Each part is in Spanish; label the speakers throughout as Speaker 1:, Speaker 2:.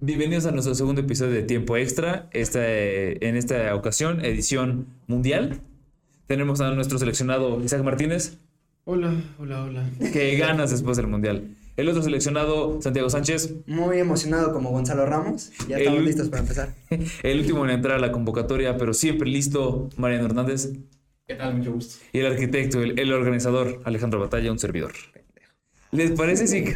Speaker 1: Bienvenidos a nuestro segundo episodio de Tiempo Extra. Esta, eh, en esta ocasión, edición mundial. Tenemos a nuestro seleccionado Isaac Martínez.
Speaker 2: Hola, hola, hola.
Speaker 1: que ganas después del mundial. El otro seleccionado, Santiago Sánchez.
Speaker 3: Muy emocionado como Gonzalo Ramos. Ya estamos
Speaker 1: El-
Speaker 3: listos para empezar.
Speaker 1: El último en entrar a la convocatoria, pero siempre listo, Mariano Hernández.
Speaker 2: ¿Qué tal? Mucho gusto.
Speaker 1: Y el arquitecto, el, el organizador, Alejandro Batalla, un servidor. ¿Les parece si...
Speaker 3: Sí,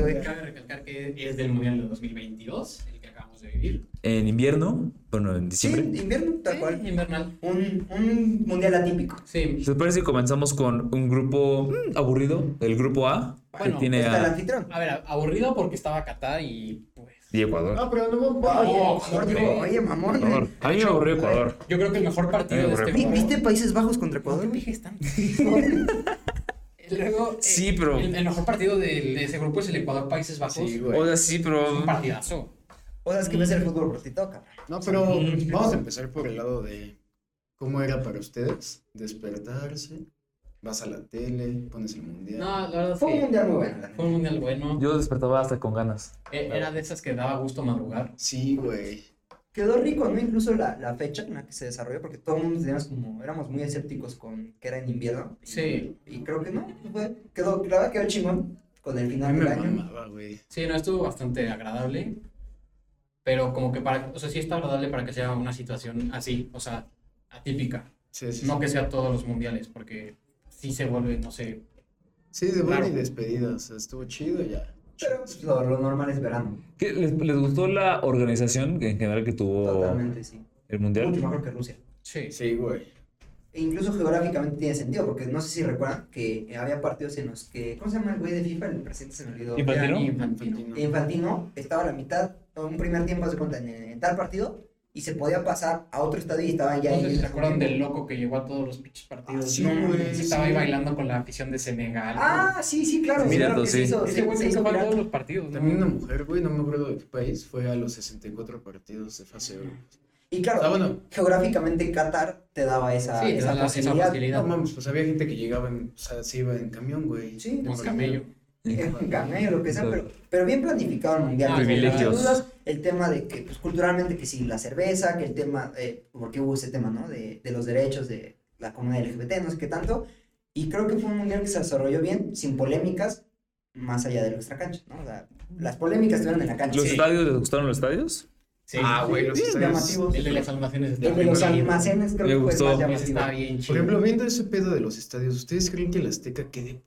Speaker 3: güey.
Speaker 2: Cabe recalcar que es del Mundial de 2022, el que acabamos de vivir.
Speaker 1: en invierno? Bueno, en
Speaker 3: Sí,
Speaker 1: diciembre.
Speaker 3: invierno, tal cual.
Speaker 2: Sí, Invernal.
Speaker 3: Un, un mundial atípico.
Speaker 2: Sí.
Speaker 1: ¿Les parece si comenzamos con un grupo mm, aburrido? El grupo A,
Speaker 2: Bueno,
Speaker 1: que tiene
Speaker 3: Está el
Speaker 1: a...
Speaker 3: anfitrión.
Speaker 2: A ver, aburrido porque estaba Qatar y pues.
Speaker 1: Y Ecuador.
Speaker 4: No, pero no, no,
Speaker 3: Oye,
Speaker 2: Oh,
Speaker 3: Jorge,
Speaker 2: Jorge.
Speaker 3: oye, mamón.
Speaker 1: Ecuador. A mí me aburrió Ecuador.
Speaker 2: Yo creo que el mejor partido de este
Speaker 3: Vi- ¿Viste Países Bajos contra
Speaker 2: ¿Por qué
Speaker 3: Ecuador?
Speaker 2: me dije tanto? Luego. eh,
Speaker 1: Sí, pero-
Speaker 2: El, el mejor partido de, de ese grupo es el Ecuador Países Bajos.
Speaker 1: O sea, sí,
Speaker 2: Es
Speaker 1: pero...
Speaker 2: un partidazo.
Speaker 3: O sea, es que ves
Speaker 2: Mm.
Speaker 3: el fútbol por ti toca.
Speaker 4: No, pero vamos a empezar por el lado de cómo era para ustedes despertarse, vas a la tele, pones el mundial.
Speaker 2: No, la verdad es
Speaker 3: Fue un
Speaker 2: que
Speaker 3: mundial muy bueno. la neta.
Speaker 2: fue un mundial bueno.
Speaker 1: Yo despertaba hasta con ganas.
Speaker 2: Eh, Era de esas que daba gusto madrugar.
Speaker 4: Sí, güey.
Speaker 3: Quedó rico, ¿no? Incluso la, la fecha en la que se desarrolló, porque todo el mundo teníamos como, éramos muy escépticos con que era en invierno. Y-
Speaker 2: Sí.
Speaker 3: Y creo que no. Fue, quedó, la verdad quedó chingón con el
Speaker 4: A mí
Speaker 3: final
Speaker 4: me
Speaker 3: del año.
Speaker 4: mamaba, güey.
Speaker 2: Sí, no, estuvo bastante agradable. Pero como que para. O sea, sí está agradable para que sea una situación así, o sea, atípica.
Speaker 4: Sí, sí, sí.
Speaker 2: No que sea todos los mundiales, porque sí se vuelve, no sé.
Speaker 4: Sí, de buena
Speaker 2: Claro.
Speaker 4: y despedida, o sea, estuvo chido ya.
Speaker 3: Pero pues, lo, lo normal es verano.
Speaker 1: ¿Qué, les, les gustó la organización en general que tuvo
Speaker 3: Totalmente, sí.
Speaker 1: el
Speaker 3: Mucho
Speaker 1: mundial?
Speaker 3: mejor que Rusia.
Speaker 2: Sí.
Speaker 4: Sí, güey.
Speaker 3: E incluso geográficamente tiene sentido, porque no sé si recuerdan que había partidos en los que. ¿Cómo se llama el güey de FIFA? El presidente se me olvidó.
Speaker 1: ¿Y Infantino?
Speaker 2: Gianni
Speaker 4: Infantino.
Speaker 3: Infantino estaba a la mitad, un primer tiempo se cuenta en, en tal partido, y se podía pasar a otro estadio y estaba ya
Speaker 2: No sé si
Speaker 3: ahí.
Speaker 2: se acuerdan del loco que llegó a todos los pinches partidos.
Speaker 4: Ah, sí,
Speaker 2: no,
Speaker 4: güey,
Speaker 2: mames,
Speaker 4: sí.
Speaker 2: Estaba ahí bailando con la afición de Senegal.
Speaker 3: Ah, sí, sí, claro.
Speaker 1: Mira,
Speaker 3: claro que
Speaker 1: sí.
Speaker 3: se hizo-
Speaker 2: Ese
Speaker 3: se-
Speaker 2: güey
Speaker 3: se
Speaker 2: nunca
Speaker 3: hizo
Speaker 2: va a
Speaker 3: viral.
Speaker 2: todos los partidos. ¿no?
Speaker 4: También una mujer, güey, no me acuerdo de qué país, fue a los 64 partidos de fase oro.
Speaker 3: Y claro,
Speaker 4: Ah, bueno.
Speaker 3: geográficamente Qatar te daba esa,
Speaker 2: Sí, te
Speaker 3: esa
Speaker 2: da la- esa
Speaker 3: posibilidad.
Speaker 2: facilidad.
Speaker 4: No mames, pues había gente que llegaba en, o sea, se iba en camión, güey.
Speaker 3: Sí,
Speaker 4: De
Speaker 2: Con
Speaker 4: partido.
Speaker 2: camello.
Speaker 3: Es un camello, lo que sea, pero, pero bien planificado el mundial.
Speaker 2: Ah,
Speaker 3: Sin
Speaker 1: privilegios.
Speaker 3: dudas, el tema de que, pues, culturalmente, que sí, la cerveza, que el tema, eh, porque hubo ese tema, ¿no? De, de los derechos de la comunidad LGBT, no sé qué tanto. Y creo que fue un mundial que se desarrolló bien, sin polémicas, más allá de nuestra cancha, ¿no? O sea, las polémicas estuvieron en la cancha.
Speaker 1: ¿Los
Speaker 3: Sí.
Speaker 1: estadios? ¿Les gustaron los estadios?
Speaker 2: Sí.
Speaker 4: Ah, güey, los
Speaker 3: Sí,
Speaker 4: estadios.
Speaker 3: llamativos.
Speaker 2: El de las almacenes.
Speaker 3: El de los
Speaker 2: Premier League.
Speaker 3: almacenes creo
Speaker 1: Me
Speaker 3: que fue
Speaker 1: gustó.
Speaker 3: el más
Speaker 2: Ese
Speaker 3: llamativo.
Speaker 2: estaba bien
Speaker 4: Por
Speaker 2: chido.
Speaker 4: ejemplo, viendo ese pedo de los estadios, ¿ustedes creen que el Azteca quede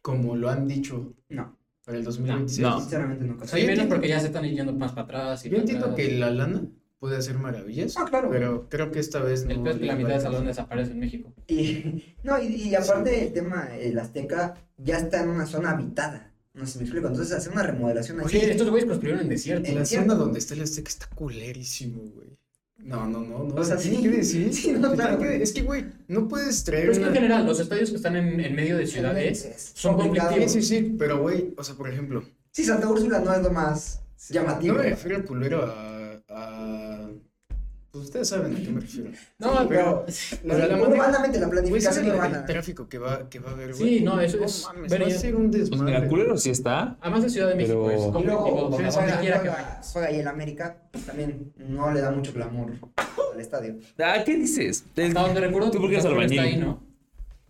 Speaker 4: como lo han dicho
Speaker 3: No,
Speaker 4: para el 2026?
Speaker 1: No.
Speaker 3: sinceramente no.
Speaker 2: O
Speaker 3: creo.
Speaker 2: sea, y menos porque ya se están yendo más para atrás. Y
Speaker 4: Yo
Speaker 2: para
Speaker 4: entiendo
Speaker 2: atrás.
Speaker 4: que la lana puede hacer maravillas,
Speaker 3: Ah, claro.
Speaker 4: pero creo que esta vez no.
Speaker 2: El peor es que
Speaker 4: le
Speaker 2: la
Speaker 4: va
Speaker 2: mitad
Speaker 4: a
Speaker 2: del
Speaker 4: alcanzar.
Speaker 2: salón desaparece en México.
Speaker 3: Y, no, y, y aparte el tema, el Azteca ya está en una zona habitada. No sé si me explico. Entonces, hacer una remodelación así.
Speaker 2: Oye, estos güeyes construyeron en desierto.
Speaker 3: Eh,
Speaker 4: La
Speaker 3: Cierto.
Speaker 4: zona donde está el Azteca está culerísimo, güey. No, no, no, no.
Speaker 3: O sea,
Speaker 4: ¿qué
Speaker 3: sí.
Speaker 4: quiere decir?
Speaker 3: Sí, no,
Speaker 4: Te
Speaker 3: claro.
Speaker 4: tiene que- Es que, güey, no puedes traer
Speaker 2: Pero es que en
Speaker 4: una-
Speaker 2: general, los estadios que están en, en medio de ciudades
Speaker 3: Es
Speaker 2: son
Speaker 3: complicado.
Speaker 2: conflictivos.
Speaker 4: Sí, sí, sí, pero, güey, o sea, por ejemplo,
Speaker 3: Sí, Santa Úrsula no es lo más llamativo.
Speaker 4: no me refiero al culero a... a- Pues ustedes saben a qué me refiero.
Speaker 2: No,
Speaker 4: pero-
Speaker 2: pero. Sí,
Speaker 4: La, la manera-
Speaker 3: Urbanamente, la
Speaker 4: Güey, ¿sabes
Speaker 3: planificación
Speaker 4: el-
Speaker 3: urbana.
Speaker 4: el tráfico que va, que va a haber,
Speaker 2: no, eso
Speaker 4: No
Speaker 2: es.
Speaker 4: mames,
Speaker 2: Pero
Speaker 4: va a
Speaker 2: ya-
Speaker 4: ser un
Speaker 1: Pues
Speaker 4: desmadre.
Speaker 1: mira, culero sí está.
Speaker 2: Además de Ciudad de México,
Speaker 1: Pero-
Speaker 2: es
Speaker 3: Y luego, pues,
Speaker 2: conflictivo, donde
Speaker 3: juega,
Speaker 2: donde quiera que
Speaker 3: juega-
Speaker 2: vayas.
Speaker 3: juega ahí el América, pues, también no le da mucho clamor al estadio.
Speaker 1: Ah, ¿qué dices? Es-
Speaker 2: Hasta donde recuerdo,
Speaker 1: Tú porque eres
Speaker 2: Cruz Azul está
Speaker 1: albañil.
Speaker 2: ahí, ¿no?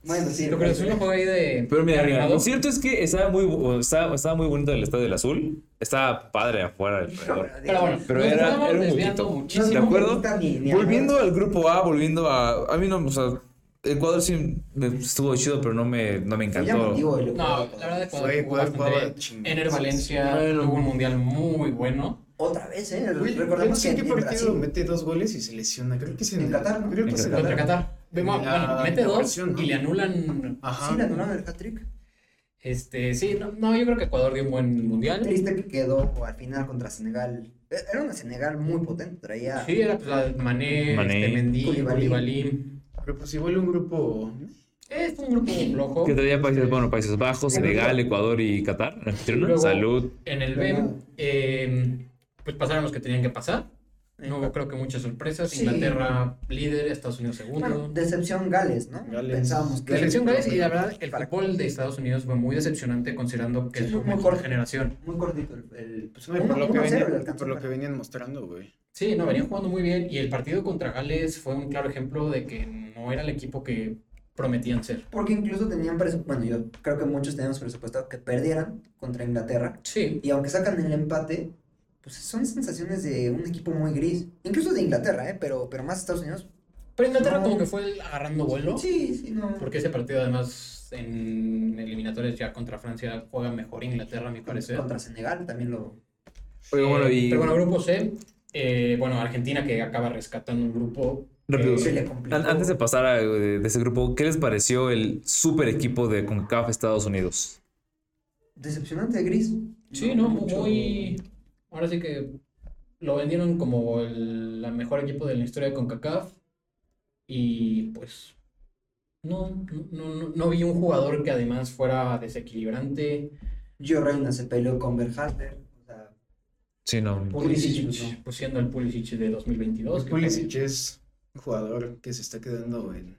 Speaker 3: Bueno, sí.
Speaker 2: Pero Cruz Azul no juega ahí de.
Speaker 1: Pero mira, mira, lo
Speaker 2: ¿no?
Speaker 1: cierto es que estaba muy, bu- estaba, estaba muy bonito el estadio del azul. Estaba padre afuera del alrededor.
Speaker 2: Pero bueno,
Speaker 1: Pero
Speaker 2: nos
Speaker 1: era,
Speaker 2: estábamos
Speaker 1: era un
Speaker 2: desviando
Speaker 1: poquito.
Speaker 2: muchísimo.
Speaker 1: ¿De acuerdo?
Speaker 3: gusta ni- ni
Speaker 1: volviendo
Speaker 3: hablar.
Speaker 1: al grupo A, volviendo a. A mí no, o sea, Ecuador sí me- estuvo chido, pero no me, no me
Speaker 3: Fue
Speaker 1: encantó.
Speaker 3: llamativo el
Speaker 2: No,
Speaker 3: Ecuador.
Speaker 2: la verdad es que
Speaker 4: Güey,
Speaker 2: jugó
Speaker 4: Ecuador
Speaker 2: bastante
Speaker 4: jugaba
Speaker 2: bien.
Speaker 4: chingón.
Speaker 2: Ener Valencia
Speaker 1: Bueno.
Speaker 2: tuvo un mundial muy bueno.
Speaker 3: Otra vez, ¿eh?
Speaker 4: Güey,
Speaker 3: Recordemos
Speaker 4: no sé
Speaker 3: que
Speaker 4: qué
Speaker 3: en
Speaker 4: partido
Speaker 3: Brasil.
Speaker 4: mete dos goles y se lesiona. Creo que es en,
Speaker 3: En Qatar, ¿no?
Speaker 4: Creo que
Speaker 1: En
Speaker 4: es en
Speaker 2: Contra
Speaker 4: Qatar.
Speaker 2: Qatar. Vemos,
Speaker 4: La-
Speaker 2: bueno, mete
Speaker 4: la
Speaker 2: dos
Speaker 4: versión, ¿no?
Speaker 2: y le anulan.
Speaker 4: Ajá.
Speaker 3: Sí, le anularon el hat-trick.
Speaker 2: Este, sí, no, no, yo creo que Ecuador dio un buen mundial.
Speaker 3: Triste que quedó al final contra Senegal. Eh, Era una Senegal muy potente, traía...
Speaker 2: Sí, era pues la de Mané,
Speaker 1: Mané.
Speaker 2: Este, Mendy,
Speaker 3: Koulibaly.
Speaker 2: Koulibaly.
Speaker 4: Pero pues igual un grupo.
Speaker 2: Eh, fue un grupo flojo.
Speaker 1: Que traía países, bueno, Países Bajos, Senegal, Ecuador y Qatar. anfitriona.
Speaker 2: Luego-
Speaker 1: Salud.
Speaker 2: em, En el BEM, eh, pues pasaron los que tenían que pasar. No hubo creo que muchas sorpresas. Inglaterra líder, Estados Unidos segundo.
Speaker 3: Bueno, decepción Gales, ¿no?
Speaker 4: Gales.
Speaker 3: Pensábamos que.
Speaker 2: La elección Gales y la verdad, el
Speaker 3: Para-
Speaker 2: fútbol de Estados Unidos fue muy decepcionante considerando que
Speaker 3: Sí,
Speaker 2: es
Speaker 3: fue
Speaker 2: su
Speaker 3: muy
Speaker 2: mejor
Speaker 3: corto.
Speaker 2: generación.
Speaker 3: Muy cortito el. el-
Speaker 4: Pues, no, y por,
Speaker 3: uno-
Speaker 4: lo que
Speaker 3: uno a cero
Speaker 4: venían,
Speaker 3: le alcanzó
Speaker 4: por lo
Speaker 3: para-
Speaker 4: que venían mostrando, güey.
Speaker 2: Sí, no, venían jugando muy bien y el partido contra Gales fue un claro ejemplo de que no era el equipo que prometían ser.
Speaker 3: Porque incluso tenían presupuesto. Bueno, yo creo que muchos teníamos presupuesto que perdieran contra Inglaterra.
Speaker 2: Sí,
Speaker 3: Y aunque sacan el empate, pues son sensaciones de un equipo muy gris. Incluso de Inglaterra, ¿eh? Pero, pero más Estados Unidos.
Speaker 2: pero Inglaterra
Speaker 3: No.
Speaker 2: como que fue agarrando vuelo.
Speaker 3: Sí, sí, no.
Speaker 2: Porque ese partido además en eliminatorias ya contra Francia juega mejor Inglaterra, a mi parecer.
Speaker 3: Contra Senegal también lo.
Speaker 1: Oye, bueno, y.
Speaker 2: Pero bueno, grupo C, eh, bueno, Argentina que acaba rescatando un grupo.
Speaker 1: Rápido.
Speaker 2: eh,
Speaker 3: Se le complicó.
Speaker 1: An- Antes de pasar a, eh, de de ese grupo, ¿qué les pareció el super equipo de CONCACAF Estados Unidos?
Speaker 3: Decepcionante gris.
Speaker 2: Sí, no,
Speaker 3: mucho-
Speaker 2: muy. Ahora sí que lo vendieron como el la mejor equipo de la historia de CONCACAF. Y pues. No, no, no, no vi un jugador que además fuera desequilibrante.
Speaker 3: Gio Reina se peleó con Verhaster. O sea,
Speaker 1: Sí, no.
Speaker 2: Pulisic, pues siendo el Pulisic de 2022. que
Speaker 4: Pues Pulisic es un jugador que se está quedando en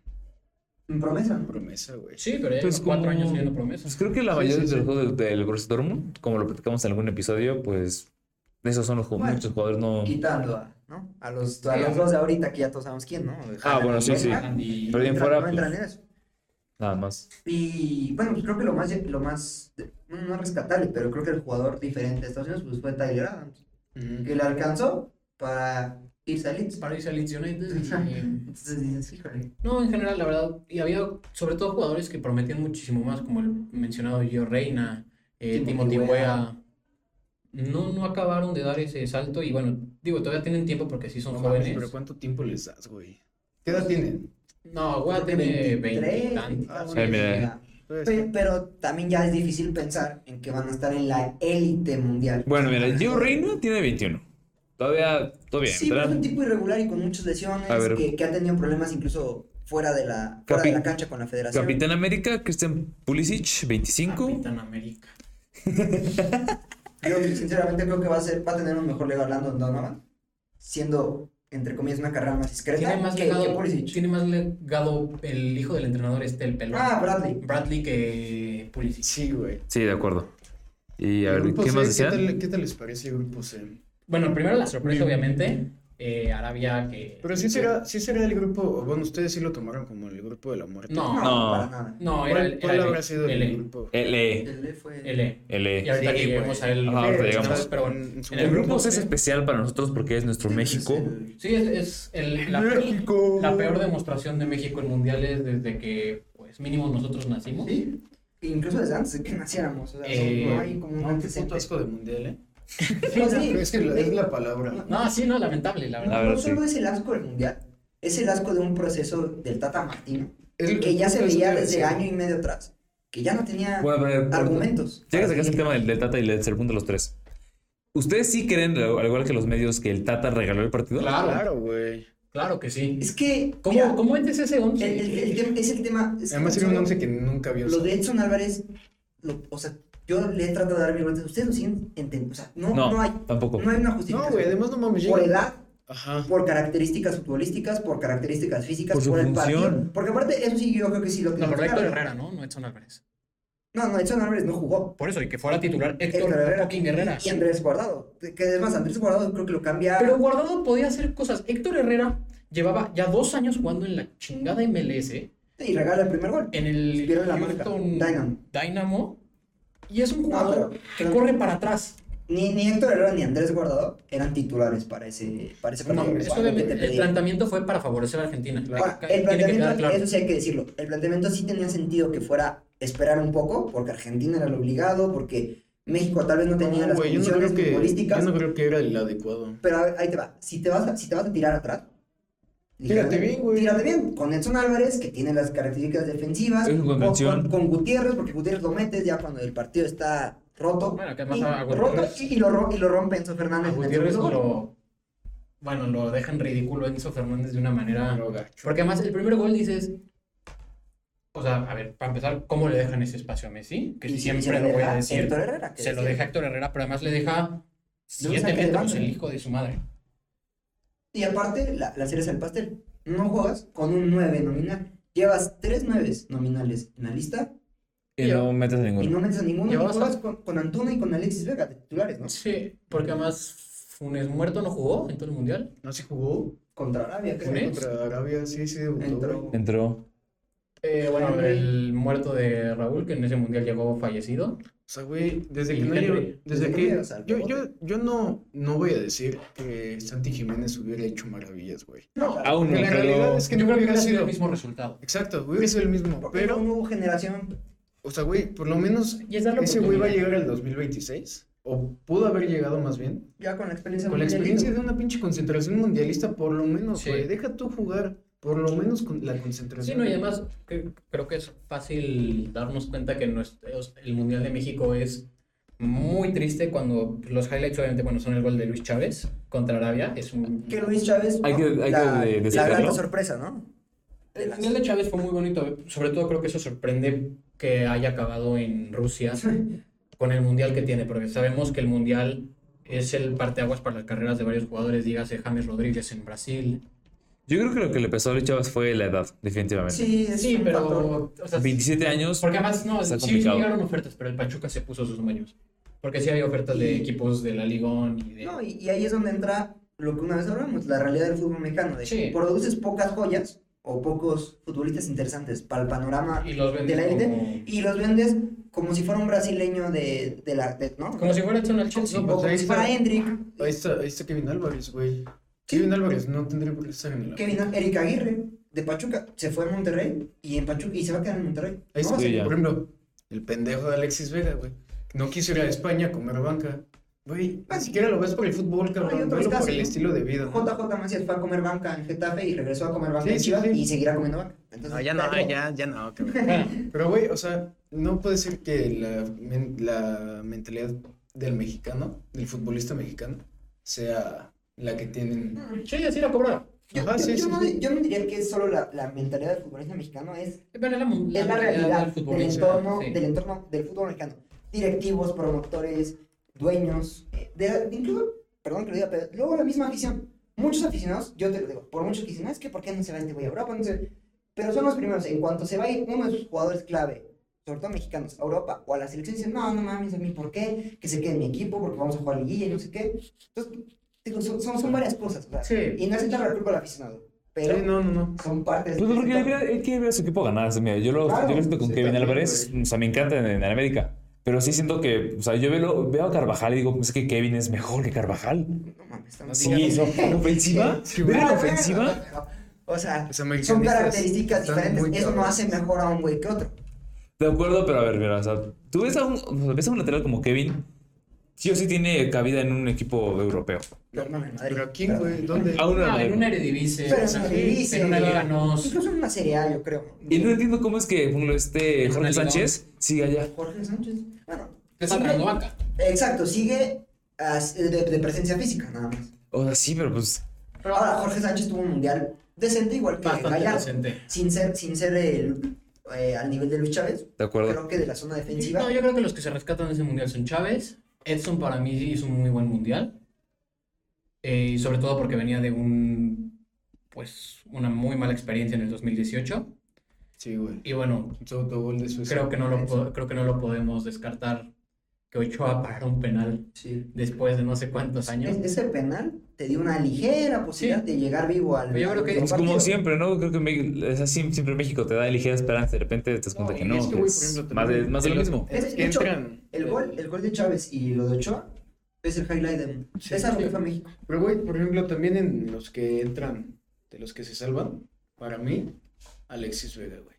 Speaker 3: en promesa, ¿no?
Speaker 4: promesa, güey.
Speaker 2: Sí, pero ya
Speaker 1: Pues
Speaker 2: lleva cuatro
Speaker 1: como-
Speaker 2: años siendo promesa.
Speaker 1: Pues creo que la
Speaker 4: Sí,
Speaker 1: mayoría
Speaker 4: sí,
Speaker 1: de los
Speaker 4: sí.
Speaker 1: juegos del, del Borussia Dortmund, como lo platicamos en algún episodio, pues esos son los ju-
Speaker 3: Bueno.
Speaker 1: muchos jugadores no.
Speaker 3: Quitando a, ¿no? a, los, a
Speaker 2: Sí,
Speaker 3: los
Speaker 2: a-
Speaker 3: dos de ahorita, que ya todos sabemos quién, ¿no?
Speaker 1: Ah, bueno, sí, sí.
Speaker 3: Bellingham,
Speaker 2: Y-
Speaker 1: Pero bien
Speaker 3: entran-
Speaker 1: fuera,
Speaker 3: no
Speaker 1: pues.
Speaker 3: entran en eso.
Speaker 1: Nada más.
Speaker 3: Y bueno, pues creo que lo más, lo más, bueno, no rescatable, pero creo que el jugador diferente de Estados Unidos pues, fue Tyler Adams, que le alcanzó para irse a Leeds.
Speaker 2: Para irse al Leeds United y- eh,
Speaker 3: Entonces dices, híjole,
Speaker 2: No, en general, la verdad, y había sobre todo jugadores que prometían muchísimo más, como el mencionado Gio Reina, eh,
Speaker 3: Timothy
Speaker 2: Timothy
Speaker 3: Weah.
Speaker 2: Weah. No, no acabaron de dar ese salto y bueno, digo, todavía tienen tiempo porque sí son
Speaker 4: No mames,
Speaker 2: jóvenes.
Speaker 4: pero ¿cuánto tiempo les das, güey? ¿Qué edad tienen?
Speaker 2: No, Weah
Speaker 3: creo que
Speaker 2: tiene
Speaker 3: 23,
Speaker 2: veintitantos.
Speaker 3: 24,
Speaker 1: Ah, mira.
Speaker 3: Pe-
Speaker 4: Pues,
Speaker 3: Pero, también ya es difícil pensar en que van a estar en la élite mundial.
Speaker 1: Bueno, mira, Gio Reina tiene 21. Todavía, todo bien.
Speaker 3: Sí, pero es
Speaker 1: ¿verdad?
Speaker 3: un tipo irregular y con muchas lesiones,
Speaker 1: A ver.
Speaker 3: que, que ha tenido problemas incluso fuera de la, fuera
Speaker 1: Capi-
Speaker 3: de la cancha con la federación.
Speaker 1: Capitán América, Christian Pulisic, 25.
Speaker 2: Capitán América.
Speaker 3: Yo sinceramente creo que va a ser, va a tener un mejor legado Landon Donovan, siendo entre comillas una carrera más discreta
Speaker 2: Tiene más
Speaker 3: que, que
Speaker 2: legado,
Speaker 3: Pulisic.
Speaker 2: tiene más legado el hijo del entrenador este, el pelón.
Speaker 3: Ah, Bradley.
Speaker 2: Bradley que Pulisic.
Speaker 4: Sí, güey.
Speaker 1: Sí, de acuerdo. Y a
Speaker 4: El
Speaker 1: ver,
Speaker 4: grupo
Speaker 1: ¿qué
Speaker 4: C,
Speaker 1: más
Speaker 4: ¿Qué
Speaker 1: decían?
Speaker 4: tal, qué tal les parece el grupo C?
Speaker 2: Bueno, primero la sorpresa, obviamente, eh, Arabia que...
Speaker 4: Pero sí será, sí será el grupo, bueno, ustedes sí lo tomaron como el grupo de la muerte.
Speaker 2: No.
Speaker 3: No,
Speaker 1: No.
Speaker 3: para nada.
Speaker 2: No,
Speaker 4: ¿Cuál,
Speaker 2: era el...
Speaker 4: cuál
Speaker 2: era el-
Speaker 4: habrá sido el,
Speaker 2: el-
Speaker 4: grupo?
Speaker 1: Eh, L. E.
Speaker 3: El fue
Speaker 2: L. Y
Speaker 1: L.
Speaker 2: ahorita
Speaker 4: Sí,
Speaker 2: que
Speaker 4: güey.
Speaker 2: lleguemos a él.
Speaker 1: Ajá, ahorita
Speaker 2: eh,
Speaker 1: llegamos.
Speaker 2: Pero en
Speaker 4: En- en su
Speaker 2: el grupo
Speaker 1: C es
Speaker 2: C.
Speaker 1: especial para nosotros porque es
Speaker 3: pues
Speaker 1: nuestro México.
Speaker 2: Sí, es, es el, la,
Speaker 4: México.
Speaker 2: la peor demostración de México en mundiales desde que, pues, mínimo nosotros nacimos.
Speaker 3: Sí. Incluso desde antes de que naciéramos. O sea,
Speaker 2: Eh,
Speaker 3: no hay como un
Speaker 4: No, qué puto
Speaker 3: antecedente.
Speaker 4: asco de mundial, ¿eh?
Speaker 3: No, sí.
Speaker 4: Es que la- es la palabra.
Speaker 2: No, sí, no, lamentable, la verdad.
Speaker 1: A ver,
Speaker 3: no
Speaker 1: sí.
Speaker 3: solo es el asco del mundial, es el asco de un proceso del Tata Martino,
Speaker 4: Es lo
Speaker 3: que ya se
Speaker 4: es lo que
Speaker 3: veía
Speaker 4: te
Speaker 3: desde
Speaker 4: decía.
Speaker 3: año y medio atrás, que ya no tenía
Speaker 1: Bueno, pero-
Speaker 3: argumentos.
Speaker 1: Ya que
Speaker 3: para
Speaker 1: sacaste el
Speaker 3: seguir.
Speaker 1: tema del, del Tata y del el punto de los tres. ¿Ustedes sí creen, al igual que los medios, que el Tata regaló el partido?
Speaker 2: Claro, claro,
Speaker 4: Claro, güey.
Speaker 2: que sí.
Speaker 3: Es que,
Speaker 2: ¿Cómo,
Speaker 3: mira,
Speaker 2: ¿cómo metes ese Eh,
Speaker 3: el,
Speaker 2: 11?
Speaker 3: el- el tema- es el tema... es que
Speaker 4: Además era un
Speaker 3: solo-
Speaker 4: once que nunca vio.
Speaker 3: Lo de Edson Álvarez, lo- o sea, yo le he tratado de dar mi vuelta. Ustedes lo siguen entendiendo. O sea, no,
Speaker 1: No,
Speaker 3: no, hay,
Speaker 1: tampoco.
Speaker 3: no hay una
Speaker 4: No,
Speaker 3: justificación.
Speaker 4: güey, además no mames.
Speaker 3: por
Speaker 4: llega-
Speaker 3: edad,
Speaker 4: Ajá.
Speaker 3: por características futbolísticas, por características físicas,
Speaker 1: Por
Speaker 3: por,
Speaker 1: su
Speaker 3: el
Speaker 1: función.
Speaker 3: partido. Porque aparte, eso sí, yo creo que sí lo
Speaker 2: No, pero
Speaker 3: claro.
Speaker 2: Héctor Herrera, ¿no? No Edson Álvarez.
Speaker 3: No, no, Edson Álvarez no jugó.
Speaker 2: Por eso, y que fuera titular Héctor
Speaker 3: Héctor Herrera.
Speaker 2: fucking Herrera.
Speaker 3: Y Andrés Guardado. Que además, Andrés Guardado creo que lo cambia.
Speaker 2: Pero Guardado podía hacer cosas. Héctor Herrera llevaba ya dos años jugando en la chingada MLS.
Speaker 3: Y regala el primer gol.
Speaker 2: en el
Speaker 3: Vieron la marca.
Speaker 2: Houston
Speaker 3: Dynamo.
Speaker 2: Dynamo, y es un
Speaker 3: No,
Speaker 2: jugador
Speaker 3: Ah, pero- pero-
Speaker 2: que corre para atrás.
Speaker 3: Ni, ni Héctor Herrera ni Andrés Guardado eran titulares para ese, para ese
Speaker 2: No,
Speaker 3: partido.
Speaker 2: eso
Speaker 3: Guardado,
Speaker 2: obviamente-
Speaker 3: que te
Speaker 2: el
Speaker 3: pedía.
Speaker 2: planteamiento fue para favorecer a Argentina.
Speaker 3: Ahora,
Speaker 2: Tiene
Speaker 3: el
Speaker 2: que
Speaker 3: planteamiento,
Speaker 2: quedar claro.
Speaker 3: eso sí hay que decirlo, el planteamiento sí tenía sentido que fuera esperar un poco, porque Argentina era el obligado, porque México tal vez no tenía
Speaker 4: No,
Speaker 3: las
Speaker 4: güey, yo no
Speaker 3: condiciones
Speaker 4: creo que.
Speaker 3: futbolísticas,
Speaker 4: Yo no creo que era el adecuado.
Speaker 3: pero a ver, ahí te va, si te vas a, si te vas a tirar atrás,
Speaker 4: Tírate
Speaker 3: ligeramente,
Speaker 4: bien, güey.
Speaker 3: Tírate bien, con Edson Álvarez, que tiene las características defensivas,
Speaker 1: Es una
Speaker 3: con,
Speaker 1: convención.
Speaker 3: con- con Gutiérrez, porque Gutiérrez lo metes ya cuando el partido está roto,
Speaker 2: Bueno, que además
Speaker 3: y,
Speaker 2: a Gutiérrez-
Speaker 3: roto y, y lo, ro- y lo rompe Enzo Fernández. en
Speaker 2: A
Speaker 3: el
Speaker 2: Gutiérrez
Speaker 3: segundo gol.
Speaker 2: lo. Bueno, lo dejan ridículo Enzo Fernández de una manera.
Speaker 4: Pero gacho.
Speaker 2: Porque además el primer gol dices. O sea, a ver, para empezar, ¿cómo le dejan ese espacio a Messi? Que
Speaker 3: Y- y se
Speaker 2: siempre
Speaker 3: lo
Speaker 2: lo voy
Speaker 3: deja
Speaker 2: a decir.
Speaker 3: Héctor Herrera, que
Speaker 2: Se lo
Speaker 3: decía,
Speaker 2: deja Héctor Herrera, pero además le deja
Speaker 3: saque
Speaker 2: 7
Speaker 3: de
Speaker 2: metros
Speaker 3: banda.
Speaker 2: el hijo de su madre.
Speaker 3: Y aparte, la, la cereza del pastel. No juegas con un 9 nominal. Llevas 3 9 nominales en la lista
Speaker 1: Y no metes a
Speaker 3: y
Speaker 1: ninguno.
Speaker 3: no metes a ninguno. Y
Speaker 2: Llevabas
Speaker 3: juegas con, con Antuna y con Alexis Vega de titulares, ¿no?
Speaker 2: Sí, porque además Funes Muerto no jugó en todo el mundial.
Speaker 4: No se jugó.
Speaker 3: Contra Arabia, creo.
Speaker 2: ¿Funes?
Speaker 4: Contra Arabia, sí, sí, debutó.
Speaker 3: Entró.
Speaker 1: Entró.
Speaker 2: Eh, bueno,
Speaker 3: Henry.
Speaker 2: el muerto de Raúl, que en ese mundial llegó fallecido.
Speaker 4: O sea, güey, desde
Speaker 2: Y
Speaker 4: que no
Speaker 2: Henry.
Speaker 4: llevo-
Speaker 3: Desde
Speaker 4: Desde
Speaker 3: que
Speaker 4: que.
Speaker 3: llegas al
Speaker 4: Yo,
Speaker 3: rebote.
Speaker 4: yo, yo no, no voy a decir que Santi Jiménez hubiera hecho maravillas, güey.
Speaker 3: No,
Speaker 1: Aún no,
Speaker 4: la realidad
Speaker 1: pero.
Speaker 4: es que no
Speaker 2: Yo creo que
Speaker 4: hubiera
Speaker 2: hubiera sido
Speaker 4: sido.
Speaker 2: el mismo resultado.
Speaker 4: Exacto, hubiera sido el mismo.
Speaker 3: porque
Speaker 4: Pero,
Speaker 3: no hubo generación.
Speaker 4: o sea, güey, por lo menos
Speaker 2: Y es darle
Speaker 4: ese güey va a
Speaker 2: oportunidad.
Speaker 4: llegar al 2026. O pudo haber llegado más bien.
Speaker 3: Ya con la experiencia.
Speaker 4: Con la
Speaker 3: mundialista.
Speaker 4: experiencia de una pinche concentración mundialista, por lo menos,
Speaker 2: Sí.
Speaker 4: güey. Deja tú jugar. Por lo menos con la concentración.
Speaker 2: Sí, no, y además cre- creo que es fácil darnos cuenta que nuestro- el Mundial de México es muy triste cuando los highlights obviamente bueno, son el gol de Luis Chávez contra Arabia. Es un...
Speaker 3: Que Luis Chávez.
Speaker 1: Hay que- hay que
Speaker 3: la,
Speaker 1: de- de-
Speaker 3: la gran
Speaker 1: destacarlo.
Speaker 3: sorpresa, ¿no?
Speaker 2: El Mundial de Chávez fue muy bonito, sobre todo creo que eso sorprende que haya acabado en Rusia con el Mundial que tiene, porque sabemos que el Mundial es el parteaguas para las carreras de varios jugadores, dígase James Rodríguez en Brasil.
Speaker 1: Yo creo que lo que le pesó a Luis Chavas fue la edad, definitivamente.
Speaker 3: Sí, es
Speaker 2: Sí,
Speaker 3: un factor.
Speaker 2: pero... o sea,
Speaker 1: 27 años.
Speaker 2: Porque además, no,
Speaker 1: Está
Speaker 2: sí
Speaker 1: complicado.
Speaker 2: llegaron ofertas, pero el Pachuca se puso sus moños. Porque sí había ofertas de
Speaker 3: Y-
Speaker 2: equipos de la Ligón y de...
Speaker 3: No, y, y ahí es donde entra lo que una vez hablamos, la realidad del fútbol mexicano. De
Speaker 2: Sí.
Speaker 3: Produces pocas joyas o pocos futbolistas interesantes para el panorama
Speaker 2: y los
Speaker 3: de la
Speaker 2: venden
Speaker 3: élite
Speaker 2: como,
Speaker 3: y los vendes como si fuera un brasileño de, de la. de- ¿No?
Speaker 2: como si fuera hecho al
Speaker 3: O
Speaker 2: Chelsea.
Speaker 4: No, pues
Speaker 3: como
Speaker 4: ahí
Speaker 3: si
Speaker 4: está.
Speaker 3: fuera Hendrick,
Speaker 4: Ahí está, ahí está Kevin Álvarez, güey. Kevin Álvarez no tendría por qué estar en el.
Speaker 3: Kevin, Eric Aguirre de Pachuca. Se fue a Monterrey y en Pachuca y se va a quedar en Monterrey.
Speaker 4: Ahí
Speaker 3: ¿no?
Speaker 4: está,
Speaker 1: Sí, ya.
Speaker 4: por ejemplo, el pendejo de Alexis Vega, güey. No quiso ir a España a comer banca. Güey, ni siquiera lo ves por el fútbol,
Speaker 3: hay
Speaker 4: cabrón.
Speaker 3: otros
Speaker 4: Velo
Speaker 3: casos,
Speaker 4: por el
Speaker 3: ¿no?
Speaker 4: estilo de vida. ¿no?
Speaker 3: JJ Macías fue a comer banca en Getafe y regresó a comer banca
Speaker 4: Sí,
Speaker 3: en
Speaker 4: sí,
Speaker 3: Chivas
Speaker 4: sí.
Speaker 3: y seguirá comiendo banca. Entonces, pero-
Speaker 4: ya no, Pero, güey, o sea, no puede ser que la, men- la mentalidad del mexicano, del futbolista mexicano, sea la que tienen.
Speaker 2: Sí, así la cobraron.
Speaker 3: Yo,
Speaker 4: Ajá,
Speaker 3: yo-
Speaker 4: sí,
Speaker 3: yo
Speaker 4: sí,
Speaker 3: no,
Speaker 4: sí.
Speaker 3: yo no diría que es solo la, la mentalidad del futbolista mexicano, es,
Speaker 2: Pero era la,
Speaker 3: es la realidad del,
Speaker 2: del fútbol
Speaker 3: entorno,
Speaker 2: sí.
Speaker 3: del entorno del fútbol mexicano. Directivos, promotores, dueños, eh, de- incluso, perdón que lo diga, pero luego la misma afición. Muchos aficionados, yo te lo digo, por muchos que dicen, "Ah, es que ¿por qué no se va este güey a Europa? No sé". pero son los primeros, en cuanto se va a ir uno de sus jugadores clave, sobre todo mexicanos, a Europa o a la selección, dicen, no, no mames, a mí, ¿por qué? Que se quede en mi equipo, porque vamos a jugar liguilla y no sé qué. Entonces, digo, son, son, son varias cosas, o sea,
Speaker 2: Sí.
Speaker 3: y no es echarle la culpa al aficionado, pero
Speaker 4: Sí, no, no, no.
Speaker 3: son parte de
Speaker 1: Pues porque él quiere, él quiere ver a su equipo ganar. o sea, mira, yo lo,
Speaker 3: Claro.
Speaker 1: yo lo siento con
Speaker 4: Sí,
Speaker 1: Kevin
Speaker 4: también,
Speaker 1: Álvarez, o sea, me encanta en, en América. Pero sí siento que, o sea, yo veo, veo a Carvajal y digo, "Pues, es que Kevin es mejor que Carvajal.
Speaker 3: No mames, estamos
Speaker 1: Sí,
Speaker 3: hablando-
Speaker 1: eso. ¿En ofensiva?
Speaker 4: Sí,
Speaker 1: ¿Ve
Speaker 4: güey.
Speaker 1: la ofensiva?
Speaker 3: O sea,
Speaker 4: Los
Speaker 3: son
Speaker 4: americanistas
Speaker 3: características
Speaker 4: están
Speaker 3: diferentes.
Speaker 4: muy
Speaker 3: Eso no
Speaker 4: cabrones.
Speaker 3: hace mejor a un güey que otro.
Speaker 1: De acuerdo, pero a ver, mira, o sea, tú ves a un, o sea, ves a un lateral como Kevin, sí o sí tiene cabida en un equipo europeo.
Speaker 3: Perdón, en Madrid.
Speaker 4: ¿Pero a quién, güey? ¿Dónde?
Speaker 1: A un
Speaker 2: Ah, en una
Speaker 1: lateral.
Speaker 2: Eredivisie,
Speaker 3: Pero
Speaker 2: o
Speaker 3: es
Speaker 2: sea,
Speaker 3: una Eredivisie,
Speaker 2: en una
Speaker 3: güey.
Speaker 2: Liga NOS.
Speaker 3: Incluso en una Serie A, yo creo.
Speaker 1: Y no entiendo cómo es que por ejemplo, este
Speaker 2: Es una
Speaker 1: Jorge
Speaker 2: liga.
Speaker 1: Sánchez sigue allá.
Speaker 3: Jorge Sánchez. Bueno.
Speaker 2: Es
Speaker 3: sigue-
Speaker 2: atrás, no banca.
Speaker 3: Exacto, sigue as- de, de presencia física, nada más.
Speaker 1: O sea, sí, pero pues.
Speaker 2: Pero
Speaker 3: Ahora, Jorge Sánchez tuvo un mundial decente, igual que
Speaker 2: bastante
Speaker 3: Gallardo.
Speaker 2: decente.
Speaker 3: Sin ser, sin ser el, eh, al nivel de Luis Chávez,
Speaker 1: De acuerdo.
Speaker 3: creo que de la zona defensiva.
Speaker 2: No, yo creo que los que se rescatan de ese mundial son Chávez. Edson para mí hizo un muy buen mundial. Eh, y sobre todo porque venía de un pues una muy mala experiencia en el 2018.
Speaker 4: Sí, güey.
Speaker 2: Y bueno,
Speaker 4: Su autogol de Suecia.
Speaker 2: creo que no lo, po- creo que no lo podemos descartar que Ochoa parara un penal
Speaker 3: Sí.
Speaker 2: después de no sé cuántos años.
Speaker 3: E- Ese penal te dio una ligera posibilidad de llegar vivo al.
Speaker 2: Pero yo creo que-
Speaker 1: Pues
Speaker 3: al
Speaker 1: como
Speaker 3: partido.
Speaker 1: siempre, ¿no? Creo que me- es así, siempre México te da ligera esperanza. De repente te das cuenta que
Speaker 4: y
Speaker 1: no.
Speaker 4: es que, güey,
Speaker 1: que
Speaker 4: por
Speaker 1: es
Speaker 4: ejemplo,
Speaker 1: más de,
Speaker 4: también
Speaker 1: más de lo
Speaker 4: el-
Speaker 1: mismo.
Speaker 4: Es que
Speaker 3: De hecho,
Speaker 4: entran.
Speaker 3: El gol, el gol de Chávez y lo de Ochoa es el highlight de
Speaker 4: Sí,
Speaker 3: es algo
Speaker 4: sí.
Speaker 3: que fue a México.
Speaker 4: Pero, güey, por ejemplo, también en los que entran, de los que se salvan, para mí, Alexis Vega, güey.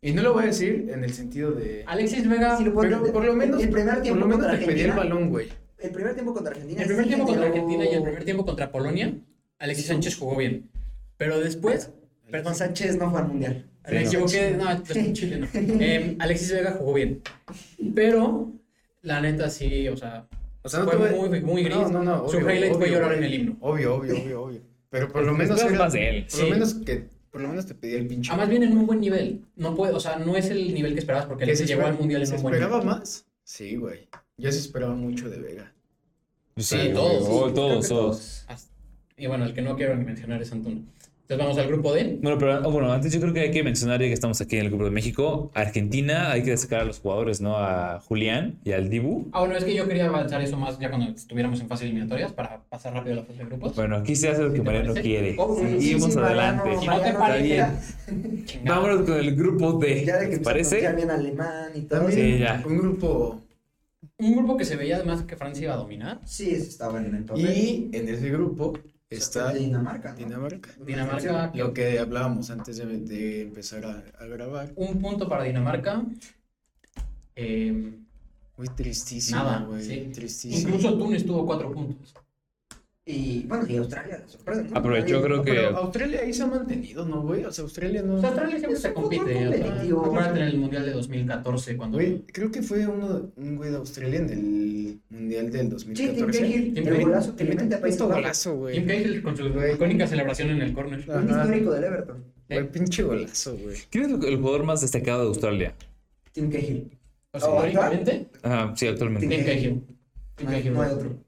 Speaker 4: Y no lo voy a decir en el sentido de.
Speaker 2: Alexis Vega,
Speaker 3: Sí, lo puedo
Speaker 4: Pero
Speaker 3: entender.
Speaker 4: por lo menos,
Speaker 3: el primer
Speaker 4: por
Speaker 3: tiempo
Speaker 4: lo menos
Speaker 3: contra
Speaker 4: te pedía el
Speaker 3: Argentina,
Speaker 4: balón, güey.
Speaker 3: el primer tiempo contra Argentina,
Speaker 2: el primer
Speaker 3: sí
Speaker 2: tiempo contra
Speaker 3: generó-
Speaker 2: Argentina y el primer tiempo contra Polonia, Alexis Sánchez jugó bien. Pero después,
Speaker 3: Perdón,
Speaker 2: perdón,
Speaker 3: Sánchez no fue al mundial.
Speaker 1: Sí,
Speaker 2: Me
Speaker 1: no.
Speaker 2: equivoqué, no, es un chileno. Em, Alexis Vega jugó bien. Pero, la neta, sí, o sea,
Speaker 4: O sea, no
Speaker 2: fue
Speaker 4: te voy a-
Speaker 2: muy, muy gris.
Speaker 4: No, no, no.
Speaker 2: Su
Speaker 4: obvio,
Speaker 2: highlight fue
Speaker 4: obvio,
Speaker 2: llorar
Speaker 4: güey.
Speaker 2: en el himno.
Speaker 4: Obvio, obvio, obvio, obvio. Pero por lo
Speaker 1: Es-
Speaker 4: menos
Speaker 1: es
Speaker 4: era-
Speaker 1: más de él.
Speaker 4: Por lo
Speaker 2: Sí.
Speaker 4: menos que. Por lo menos te pedía el pinche.
Speaker 2: Además, viene ah, en un buen nivel. No puede, o sea, no es el nivel que esperabas porque
Speaker 4: ¿Que
Speaker 2: él se llegó
Speaker 4: espera-
Speaker 2: al mundial en
Speaker 4: ¿Se
Speaker 2: un buen nivel.
Speaker 4: esperaba más? Sí, güey. Yo se esperaba mucho de Vega.
Speaker 1: Sí,
Speaker 2: Sí,
Speaker 1: güey,
Speaker 2: todos,
Speaker 1: oh,
Speaker 3: sí, creo
Speaker 1: todos,
Speaker 3: que
Speaker 1: todos.
Speaker 2: Hasta- Y bueno, el que no quiero ni mencionar es Antuna. Entonces vamos al grupo D.
Speaker 1: Bueno, pero oh, bueno, antes yo creo que hay que mencionar, ya que estamos aquí en el Grupo de México, Argentina, hay que destacar a los jugadores, ¿no? A Julián y al Dibu.
Speaker 2: Ah, bueno, es que yo quería avanzar eso más ya cuando estuviéramos en fase eliminatorias para pasar rápido a la fase de grupos.
Speaker 1: Bueno, aquí se hace lo que
Speaker 2: ¿Te
Speaker 1: Mariano
Speaker 2: parece?
Speaker 1: quiere.
Speaker 3: Oh, sí,
Speaker 1: Seguimos
Speaker 3: sí, sí,
Speaker 1: adelante.
Speaker 3: Mariano,
Speaker 2: Si no te
Speaker 3: Mariano,
Speaker 2: parece-
Speaker 3: ya-
Speaker 2: Chingado.
Speaker 1: Vámonos con el grupo D.
Speaker 3: Ya de que
Speaker 1: ¿Te
Speaker 3: empieza a
Speaker 1: parece?
Speaker 3: pronunciar bien alemán y todo.
Speaker 4: También
Speaker 1: Sí, ya.
Speaker 4: un grupo.
Speaker 2: Un grupo que se veía además que Francia iba a dominar.
Speaker 3: Sí, eso está bueno en el papel.
Speaker 4: Y en ese grupo está
Speaker 3: de Dinamarca. ¿no?
Speaker 4: Dinamarca.
Speaker 2: Dinamarca,
Speaker 4: Lo que hablábamos antes de, de empezar a, a grabar.
Speaker 2: un punto para Dinamarca. Eh,
Speaker 4: Muy tristísimo,
Speaker 2: Nada,
Speaker 4: güey.
Speaker 2: sí.
Speaker 4: Tristísimo.
Speaker 2: incluso Túnez tuvo cuatro puntos.
Speaker 3: Y bueno, y Australia, la sorpresa. ¿no?
Speaker 1: Aprovechó,
Speaker 3: Ahí-
Speaker 1: creo
Speaker 4: No,
Speaker 1: que.
Speaker 4: pero Australia ahí se ha mantenido, ¿no, güey? O sea, Australia no.
Speaker 2: O sea, Australia siempre
Speaker 3: Es
Speaker 2: se
Speaker 3: un fútbol
Speaker 2: compite. o sea,
Speaker 3: competitivo.
Speaker 2: Acuérdate en el Mundial de 2014 cuando...
Speaker 4: Güey, creo que fue uno, un güey de Australia en el Mundial del
Speaker 3: Sí,
Speaker 4: 2014.
Speaker 3: Tim Cahill,
Speaker 2: Tim
Speaker 3: el
Speaker 2: Cahill.
Speaker 3: golazo que
Speaker 4: Te
Speaker 3: le
Speaker 4: mete
Speaker 3: mete a Países
Speaker 4: puto
Speaker 3: Bajos.
Speaker 4: golazo,
Speaker 2: Jim
Speaker 4: güey.
Speaker 2: Cahill con su
Speaker 4: Güey.
Speaker 2: icónica celebración en el córner.
Speaker 4: Ah.
Speaker 3: Un
Speaker 4: Ajá.
Speaker 3: histórico del Everton.
Speaker 4: Güey, pinche golazo, güey.
Speaker 1: ¿Quién es el jugador más destacado de Australia?
Speaker 3: Tim Cahill.
Speaker 2: O sea,
Speaker 3: Ahora.
Speaker 2: históricamente,
Speaker 1: Ajá, sí, actualmente.
Speaker 2: Tim Cahill. Tim
Speaker 3: No hay-
Speaker 2: Cahill.
Speaker 3: no hay otro.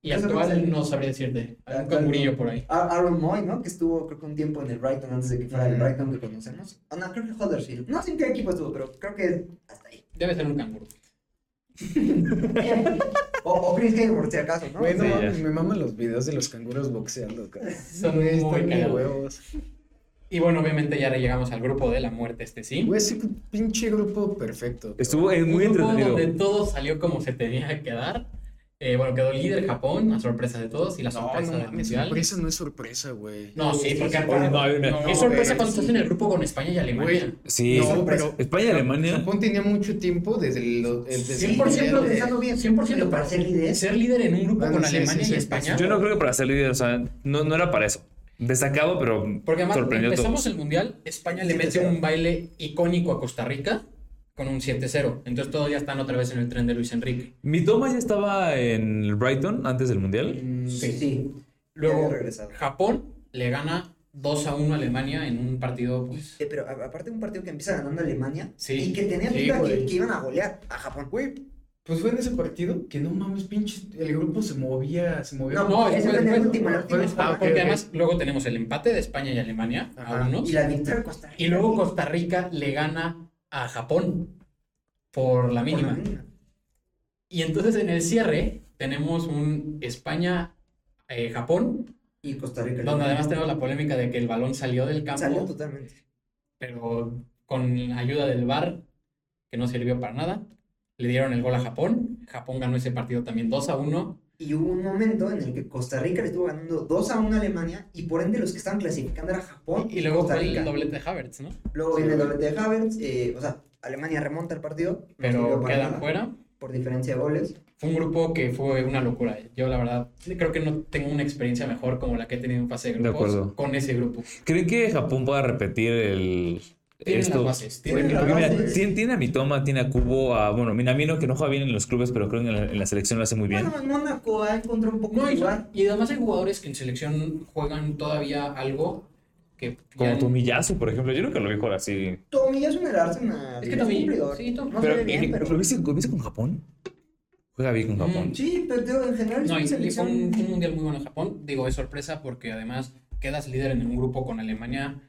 Speaker 2: Y
Speaker 3: Yo sé cuál
Speaker 2: actual
Speaker 3: es.
Speaker 2: no sabría decirte. Hay un
Speaker 3: Actual
Speaker 2: cangurillo
Speaker 3: no.
Speaker 2: por ahí.
Speaker 3: A- Aaron Moy, ¿no? Que estuvo, creo que un tiempo en el Brighton antes de que fuera el
Speaker 4: Ujú.
Speaker 3: Brighton que conocemos. Ah, no, creo que Huddersfield. No sé en qué equipo estuvo, pero creo que hasta ahí.
Speaker 2: Debe ser un canguro.
Speaker 3: O, o Chris Gaylord, si acaso, ¿no?
Speaker 4: Güey, no
Speaker 1: Sí,
Speaker 4: mames,
Speaker 1: ya.
Speaker 4: me maman los videos de los canguros boxeando, cara.
Speaker 2: Son
Speaker 4: Güey,
Speaker 2: muy
Speaker 4: están de
Speaker 2: cagados.
Speaker 4: huevos.
Speaker 2: Y bueno, obviamente ya llegamos al grupo de la muerte, este sí.
Speaker 4: Güey, ese pinche grupo perfecto.
Speaker 1: Estuvo eh,
Speaker 2: Un
Speaker 1: muy
Speaker 2: grupo
Speaker 1: entretenido.
Speaker 2: donde todo salió como se tenía que dar. Eh, bueno, quedó líder Japón, la sorpresa de todos y la
Speaker 4: No,
Speaker 2: sorpresa
Speaker 4: no
Speaker 2: del
Speaker 4: mames,
Speaker 2: mundial.
Speaker 4: sorpresa no es sorpresa, güey.
Speaker 2: No, sí, porque
Speaker 1: Oye, no, hay una-
Speaker 4: No,
Speaker 2: es sorpresa
Speaker 4: güey,
Speaker 2: cuando
Speaker 4: sí.
Speaker 2: estás en el grupo con España y Alemania.
Speaker 1: Sí.
Speaker 4: No,
Speaker 3: sorpresa.
Speaker 4: pero
Speaker 1: España y Alemania.
Speaker 4: Japón tenía mucho tiempo desde el. desde el
Speaker 2: 100%
Speaker 4: mundial de-
Speaker 2: pensando bien, 100%
Speaker 3: Para ser líder.
Speaker 2: Ser líder en un grupo
Speaker 4: Bueno,
Speaker 2: con
Speaker 4: sí,
Speaker 2: Alemania
Speaker 4: sí, sí,
Speaker 2: y
Speaker 4: sí.
Speaker 2: España.
Speaker 1: Yo no creo que para ser líder, o sea, no, no era para eso. Destacado, pero
Speaker 2: Porque además
Speaker 1: sorprendió a
Speaker 2: empezamos
Speaker 1: todos.
Speaker 2: el mundial, España le
Speaker 3: 7-0.
Speaker 2: mete un baile icónico a Costa Rica con un 7-0. Entonces todos ya están otra vez en el tren de Luis Enrique.
Speaker 1: Mi toma ya estaba en el Brighton antes del Mundial.
Speaker 3: Mm,
Speaker 2: Sí.
Speaker 3: Sí. Ya
Speaker 2: Luego
Speaker 3: había regresado.
Speaker 2: Japón le gana 2 a 1 a Alemania en un partido pues
Speaker 3: Eh, pero a- aparte un partido que empieza ganando Alemania
Speaker 2: Sí.
Speaker 3: y que tenía
Speaker 2: Sí,
Speaker 3: pinta que,
Speaker 2: güey.
Speaker 3: que iban a golear a Japón.
Speaker 4: Güey, pues fue en ese partido que no mames, pinche. El grupo se movía, se movía.
Speaker 2: No,
Speaker 3: ese
Speaker 2: después-
Speaker 3: fue en el
Speaker 2: después-
Speaker 3: último, el último.
Speaker 4: después- ah,
Speaker 3: fue-
Speaker 4: ok,
Speaker 2: porque
Speaker 4: ok.
Speaker 2: además luego tenemos el empate de España y Alemania a
Speaker 4: Ajá.
Speaker 2: uno
Speaker 3: Y la victoria de Costa Rica.
Speaker 2: y luego Costa Rica le gana a Japón por la
Speaker 3: Por la
Speaker 2: mínima.
Speaker 3: mínima.
Speaker 2: Y entonces en el cierre tenemos un España eh, Japón
Speaker 3: Y Costa Rica.
Speaker 2: donde además tenemos la polémica de que el balón salió del campo
Speaker 3: Salió totalmente.
Speaker 2: pero con la ayuda del VAR, que no sirvió para nada, le dieron el gol a Japón. Japón ganó ese partido también 2 a 1.
Speaker 3: Y hubo un momento en el que Costa Rica le estuvo ganando 2 a 1 a Alemania y por ende los que estaban clasificando era Japón
Speaker 2: Y luego
Speaker 3: Costa
Speaker 2: fue
Speaker 3: Rica.
Speaker 2: el doblete de Havertz, ¿no?
Speaker 3: Luego
Speaker 4: Sí,
Speaker 3: viene el
Speaker 4: güey.
Speaker 3: doblete de Havertz, eh, o sea, Alemania remonta el partido, no sirvió
Speaker 2: Pero
Speaker 3: para
Speaker 2: quedan
Speaker 3: nada,
Speaker 2: fuera.
Speaker 3: por diferencia de goles.
Speaker 2: Fue un grupo que fue una locura. Yo, la verdad, creo que no tengo una experiencia mejor como la que he tenido en fase de
Speaker 1: De
Speaker 2: grupos
Speaker 1: acuerdo.
Speaker 2: con ese grupo.
Speaker 1: ¿Creen que Japón pueda repetir el.
Speaker 2: Tienen
Speaker 1: esto?
Speaker 2: las bases.
Speaker 1: Porque-
Speaker 2: tienen-
Speaker 3: las
Speaker 1: porque mira,
Speaker 3: bases.
Speaker 1: tiene, tiene a Mitoma, tiene a Kubo, a bueno, Minamino que no juega bien en los clubes, pero creo que en la, en la selección lo hace muy bien.
Speaker 3: Bueno, en Mónaco ha encontrado un poco
Speaker 2: No,
Speaker 3: de
Speaker 2: y,
Speaker 3: lugar.
Speaker 2: y además hay jugadores que en selección juegan todavía algo que.
Speaker 1: Como
Speaker 2: ya-
Speaker 1: Tomiyasu, por ejemplo, yo nunca lo vi jugar así.
Speaker 3: Tommy es un el Arsenal.
Speaker 2: Es que Tommy-
Speaker 3: cumplidor.
Speaker 2: sí, Tommy-
Speaker 3: No se
Speaker 1: pero,
Speaker 3: ve bien, pero.
Speaker 1: ¿lo, viste, lo viste con Japón? Juega bien con
Speaker 2: Mm,
Speaker 1: Japón.
Speaker 3: Sí, pero digo, en general es
Speaker 2: No,
Speaker 3: una
Speaker 2: y y fue
Speaker 3: selección.
Speaker 2: un, fue un mundial muy bueno en Japón. Digo, es sorpresa porque además quedas líder en un grupo con Alemania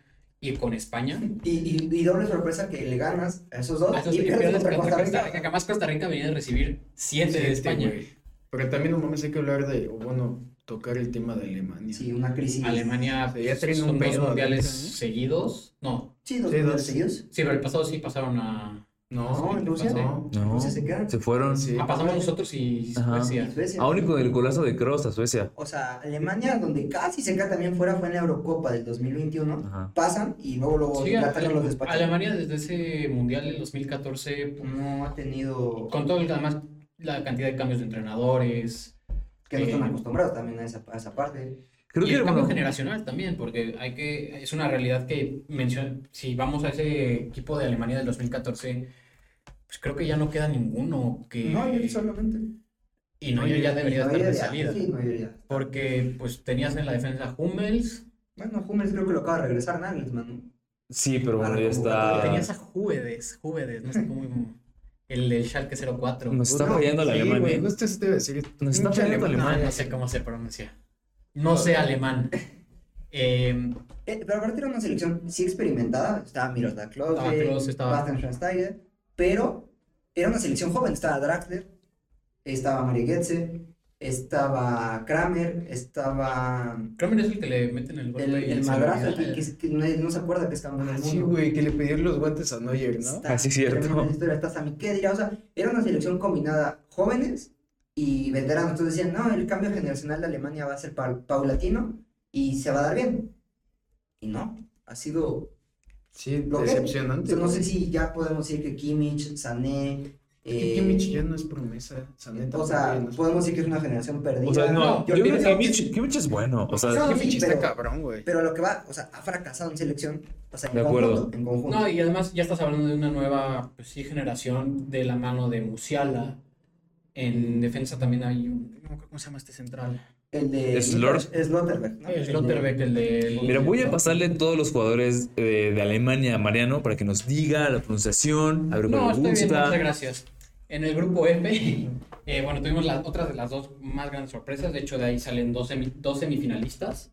Speaker 2: y con España.
Speaker 3: Y, y, y doble sorpresa que le ganas a esos dos
Speaker 2: Ah, entonces,
Speaker 3: y
Speaker 2: que
Speaker 3: pierdes
Speaker 2: pierdes
Speaker 3: contra
Speaker 2: contra
Speaker 3: Costa
Speaker 2: Costa
Speaker 3: Rica.
Speaker 2: Rica. que Además, Costa Rica venía de recibir 7 de
Speaker 4: Siete,
Speaker 2: España.
Speaker 4: este, güey. Pero también no mames, hay que hablar de. O bueno, tocar el tema de Alemania.
Speaker 3: Sí, una crisis.
Speaker 2: Alemania
Speaker 4: Sí, ya
Speaker 2: son
Speaker 4: traen un
Speaker 2: dos
Speaker 4: pedo
Speaker 2: mundiales
Speaker 4: ahorita, ¿no?
Speaker 2: seguidos. No,
Speaker 3: Sí, dos
Speaker 4: Sí,
Speaker 3: mundiales
Speaker 4: dos.
Speaker 3: seguidos.
Speaker 2: sí, pero el pasado sí pasaron a.
Speaker 4: No,
Speaker 3: No, en Rusia.
Speaker 4: no.
Speaker 1: No,
Speaker 3: Entonces Pues se quedan.
Speaker 1: fueron.
Speaker 4: Sí.
Speaker 2: Ah, pasamos nosotros y
Speaker 1: Ajá.
Speaker 3: Y
Speaker 2: Suecia.
Speaker 3: Suecia.
Speaker 1: A Ah, único del golazo de Kroos a Suecia.
Speaker 3: O sea, Alemania, donde casi se queda también fuera, fue en la Eurocopa del 2021.
Speaker 1: Ajá.
Speaker 3: Pasan y luego luego
Speaker 2: Sí,
Speaker 3: Inglaterra
Speaker 2: Ale-
Speaker 3: los despacha.
Speaker 2: Alemania desde ese mundial del 2014,
Speaker 3: No ha tenido.
Speaker 2: con todo el, además la cantidad de cambios de entrenadores.
Speaker 3: Que no están
Speaker 2: eh,
Speaker 3: acostumbrados también a esa, a esa parte.
Speaker 1: Creo
Speaker 2: y el
Speaker 1: que
Speaker 2: cambio
Speaker 1: bueno,
Speaker 2: generacional también, porque hay que, es una realidad que menciona, si vamos a ese equipo de Alemania del 2014, pues creo que ya no queda ninguno que...
Speaker 3: solamente.
Speaker 2: y no, ya debería estar de salida.
Speaker 3: Sí, mayoría.
Speaker 2: Porque pues tenías en la defensa Hummels,
Speaker 3: Bueno, Hummels creo que lo acaba de regresar Nagelsmann. ¿no?
Speaker 1: sí, pero bueno,
Speaker 3: Ah,
Speaker 1: ya
Speaker 3: Ah.
Speaker 1: está.
Speaker 2: tenías a Juvedes, Juvedes, no sé cómo... El del Schalke 04.
Speaker 1: Nos está
Speaker 4: Pues No,
Speaker 1: fallando la
Speaker 4: sí,
Speaker 1: Alemania.
Speaker 4: güey, justo eso te iba a decir.
Speaker 1: Nos está
Speaker 4: Pinche
Speaker 1: fallando
Speaker 2: No,
Speaker 1: Alemania.
Speaker 2: no sé cómo se pronuncia. no sé alemán. Eh,
Speaker 3: Eh, pero aparte era una selección sí experimentada. Estaba Miroslav
Speaker 2: Estaba Klose,
Speaker 3: Klose,
Speaker 2: estaba-
Speaker 3: Bastian Schweinsteiger, pero era una selección joven. Estaba Draxler, estaba Mario Götze, estaba Kramer, estaba
Speaker 2: Kramer es el que le meten el
Speaker 3: el,
Speaker 2: golpe y
Speaker 3: el
Speaker 2: se
Speaker 3: madrazo
Speaker 2: olvida.
Speaker 1: eh.
Speaker 3: que, que- que no, no se acuerda que es campeón del mundo.
Speaker 4: Sí, güey, que le pidieron los guantes a Neuer, ¿no?
Speaker 3: Está
Speaker 1: Ah, sí, cierto.
Speaker 3: tremenda la historia, está Sami Khedira, o sea, era una selección combinada jóvenes y veteranos. Entonces decían, no, el cambio generacional de Alemania va a ser pa- paulatino y se va a dar bien. Y no, ha sido...
Speaker 4: Sí,
Speaker 3: Lo que-
Speaker 4: decepcionante.
Speaker 3: No sé si ya podemos decir que Kimmich, Sané...
Speaker 4: Que
Speaker 3: eh,
Speaker 4: Kimmich ya no es promesa. Sané
Speaker 3: o
Speaker 4: tampoco
Speaker 3: sea,
Speaker 4: ya no es-
Speaker 3: podemos decir que es una generación perdida.
Speaker 1: O sea, no,
Speaker 2: No,
Speaker 1: yo
Speaker 3: yo
Speaker 1: creo que
Speaker 3: creo que-
Speaker 1: Kimmich, Kimmich es bueno. O sea,
Speaker 3: No,
Speaker 4: Kimmich
Speaker 3: sí,
Speaker 4: está
Speaker 3: pero-
Speaker 4: cabrón, güey.
Speaker 3: Pero a lo que va, o sea, ha fracasado en selección. O sea, en
Speaker 1: De acuerdo.
Speaker 3: conjunto. En conjunto.
Speaker 2: No, y además ya estás hablando de una nueva pues, sí, generación de la mano de Musiala. En defensa también hay un. No me acuerdo cómo se llama este central.
Speaker 3: el de...
Speaker 1: Slor-
Speaker 3: Slotterberg, ¿no?
Speaker 2: El Schlotterbeck, el de.
Speaker 1: mira, voy a pasarle todos los jugadores eh, de Alemania a Mariano para que nos diga la pronunciación, a ver
Speaker 2: No,
Speaker 1: cómo
Speaker 2: estoy
Speaker 1: le
Speaker 2: bien,
Speaker 1: gusta.
Speaker 2: muchas gracias. En el grupo F, eh, bueno, tuvimos las otras de las dos más grandes sorpresas. De hecho, de ahí salen dos, semi- dos semifinalistas.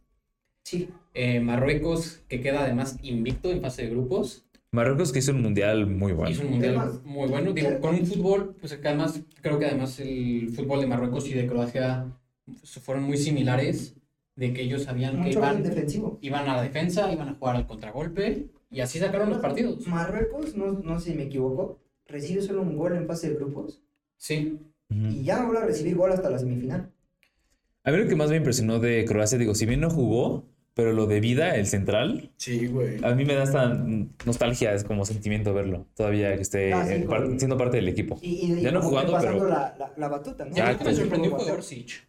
Speaker 3: Sí,
Speaker 2: Eh, Marruecos, que queda además invicto en fase de grupos.
Speaker 1: Marruecos que hizo un mundial muy
Speaker 2: Hizo
Speaker 1: bueno.
Speaker 2: un mundial
Speaker 3: Además-
Speaker 2: muy bueno. Digo, con un fútbol, pues que además, creo que además el fútbol de Marruecos y de Croacia pues, fueron muy similares. De que ellos sabían que
Speaker 3: mucho más
Speaker 2: iban,
Speaker 3: defensivo.
Speaker 2: iban a la defensa, iban a jugar al contragolpe. Y así sacaron los partidos.
Speaker 3: Marruecos, pues, no, no sé si me equivoco, recibe solo un gol en fase de grupos
Speaker 2: Sí,
Speaker 1: Ujú.
Speaker 3: y ya no vuelve a recibir gol hasta la semifinal.
Speaker 1: A mí lo que más me impresionó de Croacia, digo, si bien no jugó, pero lo de vida, el central,
Speaker 4: Sí, güey.
Speaker 1: a mí me da esta nostalgia, es como sentimiento verlo, todavía que esté
Speaker 3: Ah, sí,
Speaker 1: eh, par-
Speaker 3: con-
Speaker 1: siendo parte del equipo.
Speaker 3: Y, y- y
Speaker 1: Ya no
Speaker 3: como que
Speaker 1: jugando,
Speaker 3: pasando
Speaker 1: pero-
Speaker 3: la, la, la batuta, ¿no?
Speaker 1: Ya,
Speaker 2: Ya, lo que me
Speaker 1: pues,
Speaker 2: sorprendió fue Orsic.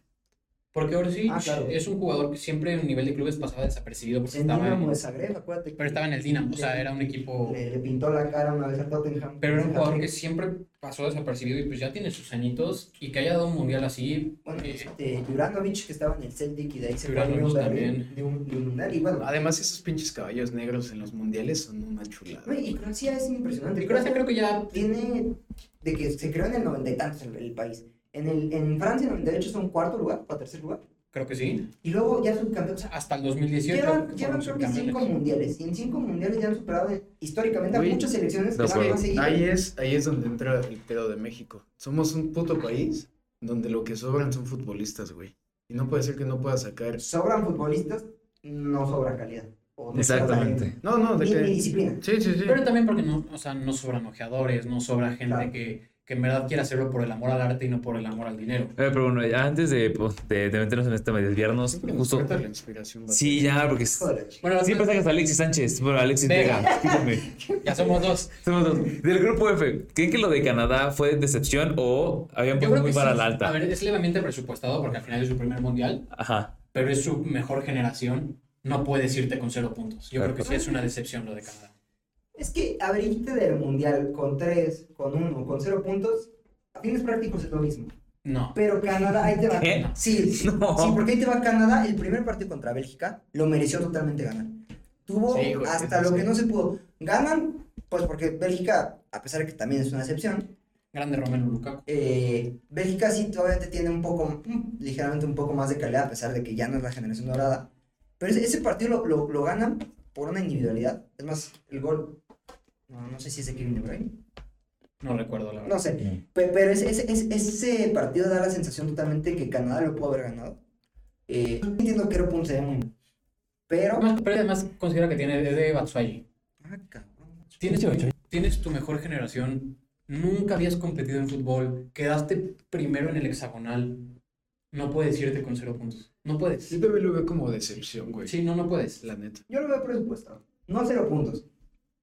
Speaker 2: Porque Orsic
Speaker 3: Ah, claro.
Speaker 2: es un jugador que siempre en nivel de clubes pasaba desapercibido porque
Speaker 3: En
Speaker 2: estaba
Speaker 3: Dinamo
Speaker 2: en,
Speaker 3: de Zagreb, acuérdate. que
Speaker 2: pero estaba en el Dinamo, o sea, era un equipo,
Speaker 3: Le, le pintó la cara una vez a Tottenham.
Speaker 2: pero era un jugador
Speaker 3: Hat-trick.
Speaker 2: que siempre pasó desapercibido y pues ya tiene sus añitos y que haya dado un mundial así,
Speaker 3: Bueno,
Speaker 2: eh,
Speaker 3: este, Juranovic, que estaba en el Celtic y de ahí se fue a
Speaker 2: Juranovic
Speaker 3: Newell's
Speaker 2: también.
Speaker 3: de un, de un mundial. Y bueno,
Speaker 4: Además, esos pinches caballos negros en los mundiales son una chulada.
Speaker 3: güey, y Croacia es impresionante.
Speaker 2: y Croacia creo que ya
Speaker 3: tiene de que se creó en el noventa y tantos el, el país. En, el, en Francia, en el derecho, son cuarto lugar o tercer lugar.
Speaker 2: creo que sí,
Speaker 3: Y luego ya subcampeón. O sea,
Speaker 2: hasta el 2018
Speaker 3: Llevan, llevan
Speaker 2: que fueron
Speaker 3: creo que
Speaker 2: subcampeones.
Speaker 3: cinco mundiales. Y en cinco mundiales ya han superado eh, históricamente
Speaker 4: Güey,
Speaker 3: a muchas
Speaker 1: de
Speaker 3: selecciones que van
Speaker 1: acuerdo.
Speaker 3: más seguido.
Speaker 4: Ahí es, ahí es donde entra el pedo de México. Somos un puto país donde lo que sobran son futbolistas, güey. Y no puede ser que no pueda sacar.
Speaker 3: Sobran futbolistas, no sobra calidad. O no sobra
Speaker 1: Exactamente.
Speaker 4: No, no, de
Speaker 3: talento. Ni, ni
Speaker 4: que.
Speaker 3: disciplina.
Speaker 4: Sí, sí, sí.
Speaker 2: Pero también porque no, o sea, no sobran ojeadores, no sobra gente
Speaker 3: Claro.
Speaker 2: que, que en verdad quiera hacerlo por el amor al arte y no por el amor al dinero.
Speaker 1: Eh, pero bueno, ya antes de, pues, de- de meternos en este de desviarnos,
Speaker 4: Siempre nos
Speaker 1: justo.
Speaker 4: falta la inspiración, vato.
Speaker 1: Sí, ya, porque es-
Speaker 3: Hijo de la chica.
Speaker 2: Bueno,
Speaker 1: siempre sacas a Alexis Sánchez. Bueno, Alexis
Speaker 2: Vega.
Speaker 1: Vega, discúlpame.
Speaker 2: ya somos dos.
Speaker 1: Somos dos. Del grupo F, ¿creen que lo de Canadá fue decepción o habían
Speaker 2: Yo
Speaker 1: puesto
Speaker 2: creo
Speaker 1: muy
Speaker 2: que
Speaker 1: para
Speaker 2: sí,
Speaker 1: la
Speaker 2: A
Speaker 1: alta?
Speaker 2: ver, es levemente presupuestado porque al final es su primer mundial,
Speaker 1: Ajá.
Speaker 2: pero es su mejor generación. No puedes irte con cero puntos. Yo creo que sí es una decepción lo de Canadá.
Speaker 3: Es que abrirte del mundial con tres, con uno, con cero puntos, a fines prácticos es lo mismo.
Speaker 2: No.
Speaker 3: Pero Canadá, ahí te va.
Speaker 1: ¿Eh?
Speaker 3: Sí, sí,
Speaker 1: No.
Speaker 3: sí, porque ahí te va Canadá. El primer partido contra Bélgica lo mereció totalmente ganar. Tuvo
Speaker 4: Sí, güey,
Speaker 3: hasta
Speaker 4: sí,
Speaker 3: lo
Speaker 4: sí.
Speaker 3: que no se pudo. Ganan, pues porque Bélgica, a pesar de que también es una excepción,
Speaker 2: Grande Romero Lukaku.
Speaker 3: eh, Bélgica sí obviamente tiene un poco, mm, ligeramente un poco más de calidad, a pesar de que ya no es la generación dorada. Pero ese, ese partido lo, lo, lo ganan por una individualidad. Es más, el gol, no, no sé si es de Kevin De Bruyne,
Speaker 2: No recuerdo la verdad.
Speaker 3: no sé. Pe- Pero ese, ese, ese- ese partido da la sensación totalmente que Canadá lo pudo haber ganado. Eh, no entiendo que era punto de muy... Pero...
Speaker 2: Además- pero además considera que tiene desde Batsuayi.
Speaker 3: Ah, cabrón.
Speaker 2: Tienes, tienes tu mejor generación. Nunca habías competido en fútbol. Quedaste primero en el hexagonal. No puedes irte con cero puntos. No puedes.
Speaker 4: Yo también lo veo como decepción, güey.
Speaker 2: Sí, no, no puedes.
Speaker 4: La neta.
Speaker 3: Yo lo veo presupuestado. No cero puntos.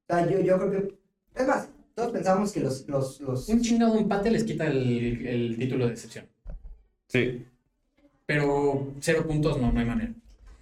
Speaker 3: O sea, yo, yo creo que... Es más, todos pensamos que los... los, los...
Speaker 2: Un chingado empate les quita el, el título de decepción.
Speaker 1: Sí.
Speaker 2: Pero cero puntos no, no hay manera.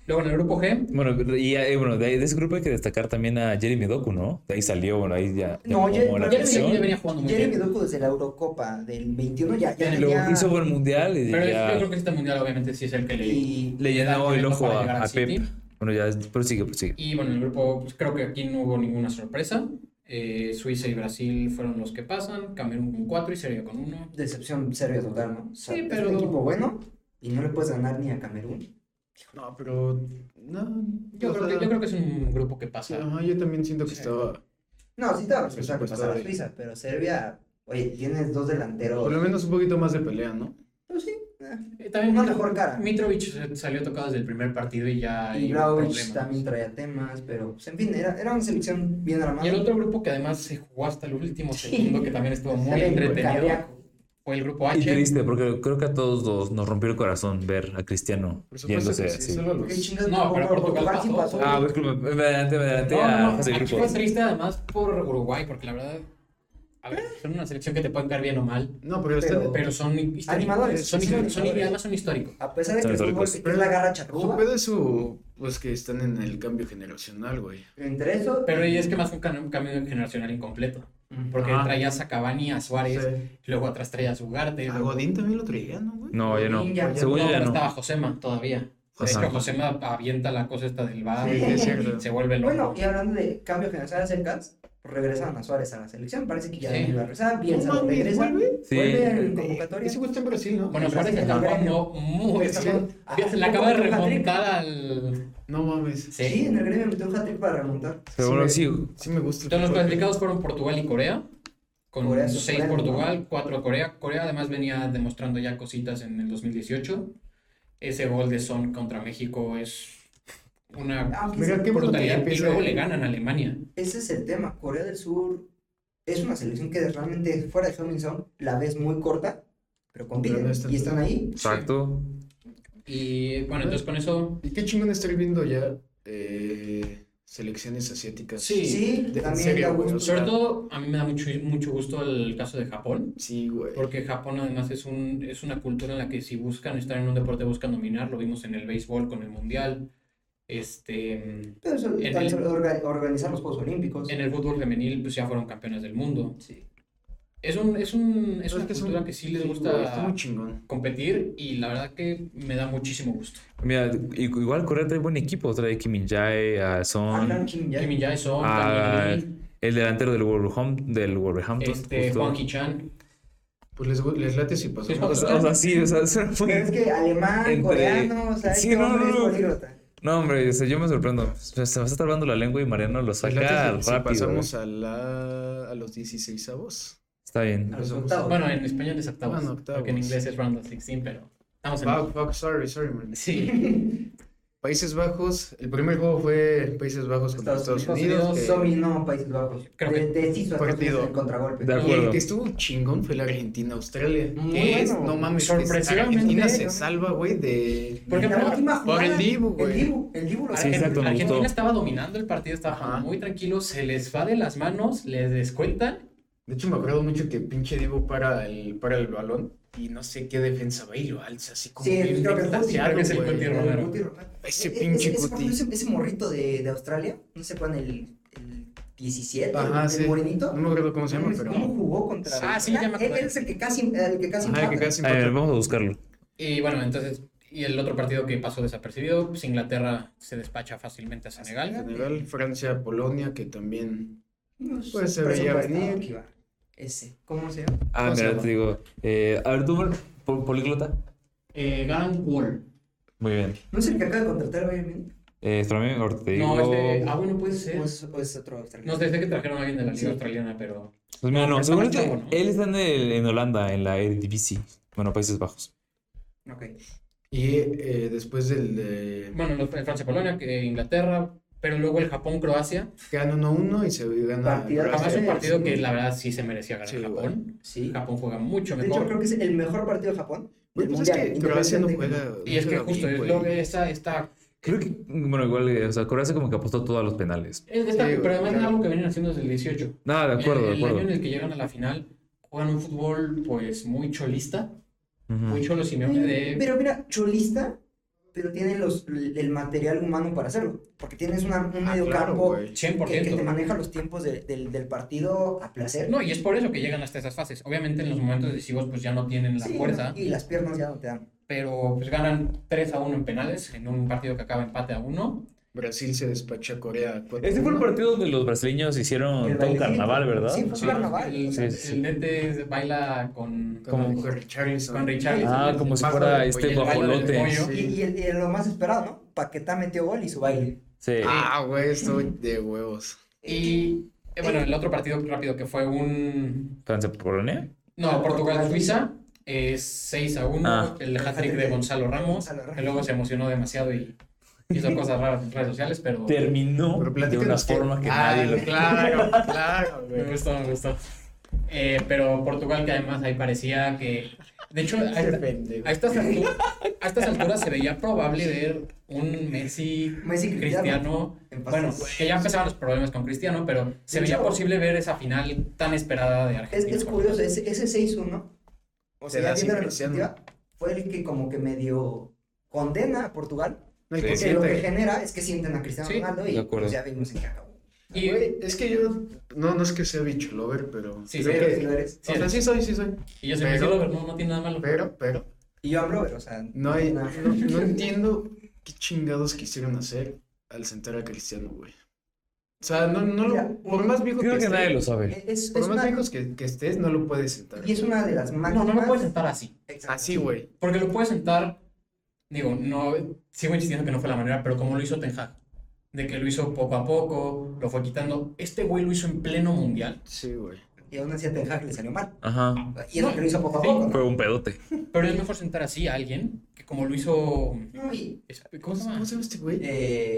Speaker 2: Luego en el grupo G,
Speaker 1: Bueno, y eh, bueno, de, de ese grupo hay que destacar también a Jeremy Doku, ¿no? De ahí salió, bueno, ahí ya.
Speaker 3: No,
Speaker 1: llamó
Speaker 3: Jeremy-
Speaker 1: la
Speaker 3: Jeremy
Speaker 1: atención.
Speaker 2: Jeremy venía jugando muy
Speaker 3: Jeremy
Speaker 2: bien.
Speaker 3: Doku desde la Eurocopa del 21 ya, ya
Speaker 1: Y
Speaker 3: tenía-
Speaker 1: Luego hizo buen mundial y
Speaker 2: Pero
Speaker 1: ya
Speaker 2: yo creo que este mundial obviamente sí es el que le,
Speaker 3: y
Speaker 1: le llenó
Speaker 2: da
Speaker 1: el
Speaker 2: talento
Speaker 1: ojo
Speaker 2: para
Speaker 1: a,
Speaker 2: llegar al
Speaker 1: a Pep.
Speaker 2: City.
Speaker 1: Bueno, ya, pues, prosigue, prosigue.
Speaker 2: Y bueno, en el grupo pues, creo que aquí no hubo ninguna sorpresa. Eh, Suiza y Brasil fueron los que pasan, Camerún con cuatro y Serbia con uno.
Speaker 3: decepción serbia total, ¿no? O sea,
Speaker 2: Sí,
Speaker 3: es
Speaker 2: pero-
Speaker 3: un equipo bueno y no le puedes ganar ni a Camerún.
Speaker 4: No, pero. No.
Speaker 2: Yo,
Speaker 4: o
Speaker 2: creo que,
Speaker 4: sea,
Speaker 2: yo creo que es un grupo que
Speaker 4: sí,
Speaker 2: pasa.
Speaker 4: ajá, yo también siento que
Speaker 2: Sí.
Speaker 4: estaba.
Speaker 3: No, sí te va a
Speaker 4: Por
Speaker 3: respetar que
Speaker 4: supuesto,
Speaker 3: pasara
Speaker 4: ahí.
Speaker 3: Suiza, pero Serbia, oye, tienes dos delanteros.
Speaker 4: Por lo menos un poquito más de pelea, ¿no?
Speaker 3: Pues sí. eh.
Speaker 2: Eh, También
Speaker 3: Una
Speaker 2: Mitro-
Speaker 3: mejor cara.
Speaker 2: Mitrovic se- salió tocado desde el primer partido y ya
Speaker 3: Y
Speaker 2: hay
Speaker 3: Vlaovic
Speaker 2: problemas.
Speaker 3: también traía temas, pero pues, en fin, era, era una selección bien armada.
Speaker 2: Y el otro grupo que además se jugó hasta el último
Speaker 3: Sí.
Speaker 2: segundo, que también estuvo muy
Speaker 3: Era
Speaker 2: entretenido,
Speaker 3: cardíaco.
Speaker 2: fue el grupo
Speaker 1: Y
Speaker 2: H.
Speaker 1: triste, porque creo que a todos dos nos rompió el corazón ver a Cristiano
Speaker 4: Por supuesto
Speaker 1: yéndose
Speaker 4: que sí,
Speaker 1: así.
Speaker 4: solo a
Speaker 3: Porque
Speaker 4: los.
Speaker 3: chingados,
Speaker 2: No, pero Portugal
Speaker 3: sí
Speaker 2: pasó.
Speaker 3: pasó.
Speaker 1: Ah, disculpe, me adelanté, me adelanté
Speaker 2: No,
Speaker 1: a
Speaker 2: no, no,
Speaker 1: fase de
Speaker 2: aquí fue
Speaker 1: grupos.
Speaker 2: triste además por Uruguay, porque la verdad, a ver, son una selección que te pueden caer bien o mal,
Speaker 4: No, pero,
Speaker 3: Pero-
Speaker 4: está.
Speaker 2: pero son históricos.
Speaker 3: Animadores,
Speaker 2: Son,
Speaker 3: sí,
Speaker 2: son,
Speaker 3: animadores.
Speaker 2: y además son históricos.
Speaker 3: A pesar de que
Speaker 1: Son
Speaker 3: el fútbol
Speaker 1: históricos.
Speaker 3: es la garra
Speaker 4: Su
Speaker 3: charrúa,
Speaker 4: pedo es su. Pues que están en el cambio generacional, güey.
Speaker 3: entre eso... mm,
Speaker 2: Pero y es que más fue un cam- un cambio generacional incompleto, porque
Speaker 4: Ajá.
Speaker 2: traías a Cavani, a Suárez,
Speaker 4: Sí.
Speaker 2: luego atrás traías a Ugarte,
Speaker 4: A
Speaker 2: luego-
Speaker 4: Godín también lo traía, ¿no, güey?
Speaker 1: No, ya no.
Speaker 3: Ninja.
Speaker 1: Según yo
Speaker 2: No,
Speaker 1: ya
Speaker 2: pero estaba
Speaker 1: no.
Speaker 2: Josema todavía. De
Speaker 1: Ajá.
Speaker 2: hecho, Josema avienta la cosa esta del bar
Speaker 3: Sí,
Speaker 4: es
Speaker 2: y
Speaker 4: cierto.
Speaker 2: se vuelve loco.
Speaker 3: Bueno, y hablando de cambio generacional cercas, regresaban pues, a Suárez a la selección, parece que ya
Speaker 2: Sí.
Speaker 3: no iba a regresar, Bielsa
Speaker 4: No
Speaker 3: lo
Speaker 4: mames,
Speaker 3: regresa,
Speaker 4: ¿vuelve?
Speaker 1: Sí.
Speaker 3: vuelve en
Speaker 4: Eh,
Speaker 3: convocatoria.
Speaker 4: Ese güey está en Brasil, ¿no?
Speaker 2: Bueno,
Speaker 3: El
Speaker 2: Suárez
Speaker 3: Brasil
Speaker 2: está
Speaker 3: del
Speaker 2: jugando muy
Speaker 3: Está
Speaker 2: bien.
Speaker 3: jugando-
Speaker 2: Fíjate, Le
Speaker 3: Ajá,
Speaker 2: acaba de
Speaker 3: un hat-trick.
Speaker 2: remontar al.
Speaker 4: No mames.
Speaker 3: Sí.
Speaker 2: Sí.
Speaker 3: en el gremio metió un hat-trick para remontar.
Speaker 1: Pero
Speaker 4: me-
Speaker 1: bueno, sí.
Speaker 4: Sí, me gusta. el fútbol,
Speaker 2: Entonces, los
Speaker 4: pero-
Speaker 2: clasificados fueron Portugal y Corea. Con
Speaker 3: Corea,
Speaker 2: 6
Speaker 3: Corea,
Speaker 2: Portugal, 4 Corea. Corea además venía demostrando ya cositas en el 2018. Ese gol de Son contra México es una
Speaker 3: Aunque
Speaker 4: Mira
Speaker 3: ese-
Speaker 4: qué brutalidad
Speaker 2: brutalidad. Y
Speaker 4: empieza.
Speaker 2: luego le ganan a Alemania.
Speaker 3: ese es el tema, Corea del Sur es una selección que realmente fuera de Hamilton la ves muy corta, pero compiten
Speaker 4: Pero no están-
Speaker 3: y están ahí.
Speaker 1: Exacto.
Speaker 2: Y bueno, entonces con eso.
Speaker 4: Y qué chingón estar viendo ya eh, selecciones asiáticas.
Speaker 2: Sí. pues,
Speaker 3: Sí,
Speaker 4: de- en
Speaker 3: también
Speaker 4: serio,
Speaker 3: da
Speaker 4: güey,
Speaker 3: gusto.
Speaker 4: o sea-
Speaker 2: Sobre todo, a mí me da mucho, mucho gusto el caso de Japón.
Speaker 4: Sí, güey.
Speaker 2: Porque Japón además es un, es una cultura en la que si buscan estar en un deporte buscan dominar, lo vimos en el béisbol con el mundial, este, en
Speaker 3: Pero eso,
Speaker 2: en
Speaker 3: tan
Speaker 2: el-
Speaker 3: solo orga- organizar los Juegos Olímpicos.
Speaker 2: el fútbol femenil pues ya fueron campeones del mundo.
Speaker 3: Sí.
Speaker 2: Es un, es un, es
Speaker 4: Es
Speaker 2: una
Speaker 4: que es un-
Speaker 2: cultura que sí les
Speaker 4: Sí, güey, Está muy
Speaker 2: gusta
Speaker 4: chingón.
Speaker 2: competir y la verdad que me da muchísimo gusto.
Speaker 1: Mira, i- igual Corea trae buen equipo. Trae Kim Min-jae, a
Speaker 3: Hablan
Speaker 1: Son,
Speaker 3: Ah, Kim ya.
Speaker 2: Kim Jae Son,
Speaker 1: Ah,
Speaker 2: Tan Min
Speaker 1: el delantero del Wolverhampton. Del
Speaker 2: Lee,
Speaker 1: Wolverhampton
Speaker 2: este,
Speaker 1: justo.
Speaker 2: Juan Hee-chan.
Speaker 4: Pues les, les late si
Speaker 2: Sí,
Speaker 1: O
Speaker 4: pasamos.
Speaker 1: sea, o sea, sí, o sea, es una-
Speaker 3: Pero es que alemán,
Speaker 1: Entre-
Speaker 3: coreano, o sea,
Speaker 1: Sí,
Speaker 3: este
Speaker 1: no,
Speaker 3: hombre
Speaker 1: no, no.
Speaker 3: es políglota.
Speaker 1: No, hombre, o sea, yo me sorprendo. Se se me está tardando la lengua y Mariano lo
Speaker 4: Les late
Speaker 1: saca
Speaker 4: si- si
Speaker 1: rápido.
Speaker 4: pasamos a, la, a los 16 avos.
Speaker 1: Está bien.
Speaker 3: A los
Speaker 4: Somos-
Speaker 3: octavos.
Speaker 2: Bueno, en español es octavos,
Speaker 4: Bueno,
Speaker 2: porque en
Speaker 4: octavos.
Speaker 2: inglés es round of 16, pero estamos en...
Speaker 4: Fuck, fuck, sorry, sorry, man.
Speaker 2: Sí,
Speaker 4: Países Bajos. El primer juego fue Países Bajos contra
Speaker 3: Estados
Speaker 4: Estados,
Speaker 3: Unidos,
Speaker 4: Unidos. eh, que-
Speaker 3: dominó Países Bajos.
Speaker 2: Creo que-
Speaker 3: De- deshizo a Estados
Speaker 4: Partido.
Speaker 3: Unidos en contragolpe.
Speaker 1: De
Speaker 4: y
Speaker 1: acuerdo.
Speaker 4: el que estuvo chingón fue la Argentina-Australia.
Speaker 3: Muy
Speaker 4: que es-
Speaker 3: bueno.
Speaker 4: no mames, que
Speaker 2: Sorpresivamente,
Speaker 4: Argentina se
Speaker 3: ¿no?
Speaker 4: salva, güey, de...
Speaker 2: Porque
Speaker 3: Y la
Speaker 2: por-
Speaker 3: última
Speaker 4: por
Speaker 3: jugada,
Speaker 4: el Dibu, güey.
Speaker 3: El Dibu, el Dibu lo
Speaker 1: Sí,
Speaker 3: saca.
Speaker 1: exacto, me
Speaker 2: Argentina
Speaker 1: gustó.
Speaker 2: estaba dominando el partido, estaba
Speaker 4: Ajá.
Speaker 2: muy tranquilo, se les va de las manos, les descuentan.
Speaker 4: De hecho, me acuerdo mucho que pinche Divo para el, para el balón y no sé qué defensa va y lo alza así como
Speaker 3: Sí,
Speaker 4: bien
Speaker 3: creo que es Guti,
Speaker 4: extasiado,
Speaker 2: creo que es el
Speaker 4: güey.
Speaker 2: Guti
Speaker 3: El
Speaker 2: Romero.
Speaker 3: Guti Romero.
Speaker 4: Ese
Speaker 3: E- e-
Speaker 4: pinche
Speaker 3: ese- ese-
Speaker 4: Guti.
Speaker 3: Ese, ese morrito de, de Australia, no sé cuál, el, el 17,
Speaker 4: Ajá,
Speaker 3: el,
Speaker 4: sí.
Speaker 3: morenito.
Speaker 4: No me acuerdo cómo se llama,
Speaker 3: ¿Cómo
Speaker 4: pero...
Speaker 3: jugó contra
Speaker 2: Ah, sí, ya me
Speaker 3: Él
Speaker 2: acordé.
Speaker 3: él es el que casi, el que casi
Speaker 4: Ajá, que
Speaker 3: empata.
Speaker 4: casi
Speaker 1: A ver,
Speaker 4: empató.
Speaker 1: vamos a buscarlo.
Speaker 2: Y bueno, entonces, y el otro partido que pasó desapercibido, pues Inglaterra se despacha fácilmente a Senegal.
Speaker 4: Senegal, Francia, Polonia, que también...
Speaker 3: Pues,
Speaker 4: Pues se veía
Speaker 3: presupuestado
Speaker 4: venir.
Speaker 3: que iba. Ese, ¿cómo se llama?
Speaker 1: Ah,
Speaker 4: ¿Cómo se
Speaker 1: mira,
Speaker 4: llama?
Speaker 1: te digo. eh, a ver, tú, Mar- pol- políglota.
Speaker 2: Eh, ganan Wall.
Speaker 1: Muy bien.
Speaker 3: ¿No es el que acaba de contratar el Bayern Múnich?
Speaker 1: Eh, espérame, ahorita te digo.
Speaker 2: No, este, ah, bueno, puede ser.
Speaker 3: ¿O es, o es otro australiano?
Speaker 2: No sé, sé que trajeron a alguien de la liga
Speaker 3: Pues, Sí.
Speaker 2: australiana, pero
Speaker 1: Pues mira, no,
Speaker 2: pero
Speaker 1: según
Speaker 2: está más
Speaker 1: este,
Speaker 2: chavo, ¿no?
Speaker 1: él está en, el- en Holanda, en la Eredivisie. Bueno, Países Bajos.
Speaker 3: Ok.
Speaker 4: Y eh, después del... De...
Speaker 2: bueno, los- Francia-Polonia, que Inglaterra, pero luego el Japón-Croacia.
Speaker 4: Ganan 1-1 y se gana...
Speaker 3: Partidazo.
Speaker 2: Además,
Speaker 4: Croacia.
Speaker 2: un
Speaker 3: Sí,
Speaker 2: partido
Speaker 3: sí.
Speaker 2: que la verdad sí se merecía ganar
Speaker 4: Sí,
Speaker 2: Japón.
Speaker 3: Sí.
Speaker 2: Japón juega mucho
Speaker 3: De hecho,
Speaker 2: mejor.
Speaker 3: creo que es el mejor partido de Japón.
Speaker 4: Güey,
Speaker 3: del
Speaker 4: pues es que
Speaker 3: Mundial,
Speaker 4: Croacia no
Speaker 3: independientemente.
Speaker 4: juega...
Speaker 2: Y es que justo, es lo que esta, esta
Speaker 1: Creo que, bueno, igual, eh, o sea, Corea se como que apostó todo a los penales.
Speaker 2: Es de esta-
Speaker 4: Sí, güey,
Speaker 2: pero además es
Speaker 4: claro.
Speaker 2: algo que vienen haciendo desde el 18.
Speaker 1: Nada, de acuerdo,
Speaker 2: el,
Speaker 1: de
Speaker 2: el
Speaker 1: acuerdo.
Speaker 2: año en el que llegan a la final, juegan un fútbol pues muy cholista,
Speaker 1: Ujú.
Speaker 2: muy cholo Simeone
Speaker 3: Eh,
Speaker 2: de...
Speaker 3: Pero mira, cholista, pero tiene los, el material humano para hacerlo. Porque tienes una- un
Speaker 4: Ah,
Speaker 3: medio
Speaker 4: claro,
Speaker 3: campo
Speaker 4: güey.
Speaker 3: que, que te
Speaker 2: 100%.
Speaker 3: maneja los tiempos de- del, del partido a placer.
Speaker 2: No, y es por eso que llegan hasta esas fases. Obviamente en los momentos decisivos pues ya no tienen la
Speaker 3: Sí,
Speaker 2: fuerza,
Speaker 3: no, Y las piernas ya no te dan.
Speaker 2: pero pues ganan 3 a 1 en penales, en un partido que acaba empate a 1.
Speaker 4: Brasil se despacha a Corea. cuatro
Speaker 1: Este fue el
Speaker 4: uno.
Speaker 1: partido donde los brasileños hicieron todo
Speaker 3: El
Speaker 1: un
Speaker 3: bailecito.
Speaker 1: carnaval, ¿verdad?
Speaker 3: Sí, fue un
Speaker 2: Sí,
Speaker 3: carnaval.
Speaker 2: El,
Speaker 1: Sí, sí, sí.
Speaker 2: el nete se baila con,
Speaker 4: Con
Speaker 1: como-
Speaker 4: Richarlison.
Speaker 2: con Richarlison.
Speaker 1: Ah, como si
Speaker 4: Bajo
Speaker 1: fuera
Speaker 4: del
Speaker 1: este
Speaker 4: pollo.
Speaker 1: guajolote.
Speaker 2: pollo.
Speaker 3: Y, y el- y lo más esperado, ¿no? Paquetá metió gol y su baile.
Speaker 1: Sí.
Speaker 4: Ah, güey, esto de huevos.
Speaker 2: Y eh, bueno, el otro partido rápido que fue un.
Speaker 1: Francia Polonia.
Speaker 2: No, Portugal-Suiza. Es 6 a 1.
Speaker 1: Ah.
Speaker 2: El hat-trick de Gonzalo Ramos. Que luego se emocionó demasiado y hizo cosas raras en redes sociales, pero.
Speaker 1: Terminó de
Speaker 4: Pero
Speaker 1: una
Speaker 4: platícanos qué-
Speaker 1: forma que
Speaker 4: Ah,
Speaker 1: nadie lo.
Speaker 4: Claro, claro,
Speaker 2: Me
Speaker 4: güey.
Speaker 2: gustó, me gustó. Eh, pero Portugal, que además ahí parecía que. De hecho, a,
Speaker 4: Qué
Speaker 2: esta-
Speaker 4: pendejo.
Speaker 2: a estas, alturas, a estas alturas se veía probable ver un Messi
Speaker 3: Messi
Speaker 2: cristiano.
Speaker 3: En
Speaker 2: Bueno,
Speaker 3: pases.
Speaker 2: que ya empezaban los problemas con Cristiano, pero se
Speaker 3: De
Speaker 2: veía
Speaker 3: hecho,
Speaker 2: posible ver esa final tan esperada de
Speaker 3: Es
Speaker 2: Argentina.
Speaker 3: que es curioso, ese, ese 6-1, o
Speaker 4: Te
Speaker 3: sea, ya
Speaker 4: da
Speaker 3: viendo la
Speaker 4: impresión.
Speaker 3: perspectiva, fue el que como que medio condena a Portugal,
Speaker 4: No hay
Speaker 1: Sí.
Speaker 4: que
Speaker 3: porque lo que
Speaker 4: siente.
Speaker 3: genera es que sienten a Cristiano
Speaker 2: Sí,
Speaker 3: Ronaldo
Speaker 1: de
Speaker 3: y
Speaker 1: acuerdo.
Speaker 3: pues, ya vimos en qué acabó.
Speaker 2: Y
Speaker 4: Ah, Güey, es que yo. No, no es que sea bicho lover, pero.
Speaker 2: Sí,
Speaker 4: creo
Speaker 2: sí,
Speaker 4: que-
Speaker 3: Pero si lo eres.
Speaker 2: sí,
Speaker 4: o sea, sí soy, sí soy.
Speaker 2: y yo soy
Speaker 4: Pero-
Speaker 2: Messi lover, no, no tiene nada malo.
Speaker 4: Pero, pero.
Speaker 3: Y yo hablo, pero, o sea,
Speaker 4: No, hay, no,
Speaker 3: nada.
Speaker 4: no entiendo qué chingados quisieron hacer al sentar a Cristiano, güey. O sea, no, no
Speaker 3: Mira,
Speaker 4: lo, por más viejo
Speaker 1: Creo
Speaker 4: que
Speaker 1: que nadie lo
Speaker 4: estés,
Speaker 1: sabe.
Speaker 3: es, es
Speaker 4: por más
Speaker 3: una-
Speaker 4: viejos que, que estés, no lo puedes sentar.
Speaker 3: y es una de las
Speaker 2: no,
Speaker 3: máximas.
Speaker 2: no lo puedes sentar así.
Speaker 3: Exacto.
Speaker 4: Así, Ah, güey.
Speaker 2: Porque lo puedes sentar, digo, no, sigo insistiendo que no fue la manera, pero como lo hizo Ten Hag, de que lo hizo poco a poco, lo fue quitando. Este güey lo hizo en pleno mundial,
Speaker 4: Sí, güey.
Speaker 3: Y aún así a Ten Hag le salió mal.
Speaker 1: Ajá.
Speaker 3: Y es lo que lo hizo poco a
Speaker 2: Sí.
Speaker 3: poco. ¿no?
Speaker 1: Fue un pedote.
Speaker 2: pero es mejor sentar así a alguien que como lo hizo.
Speaker 3: No, y,
Speaker 2: es- ¿Cómo se llama?
Speaker 4: ¿Cómo se llama este güey?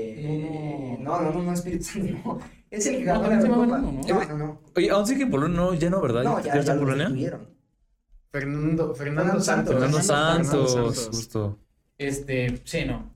Speaker 3: eh,
Speaker 2: No,
Speaker 3: no, no, no, no, Espíritu Santo, no. Es el que
Speaker 2: No,
Speaker 3: ganó
Speaker 2: también
Speaker 3: la
Speaker 2: se llama
Speaker 3: Eurocopa. No,
Speaker 2: Bruno,
Speaker 3: no,
Speaker 2: ¿no?
Speaker 3: no.
Speaker 1: Oye, aún sí que Polonia no, ya no, ¿verdad?
Speaker 3: No,
Speaker 1: ¿Ya,
Speaker 3: ya,
Speaker 1: está
Speaker 3: ya lo
Speaker 1: Polonia?
Speaker 3: destituyeron.
Speaker 4: Fernando, Fernando
Speaker 3: Fernando
Speaker 4: Santos.
Speaker 1: Fernando Santos,
Speaker 4: Santos.
Speaker 1: justo.
Speaker 2: Este, sí, no.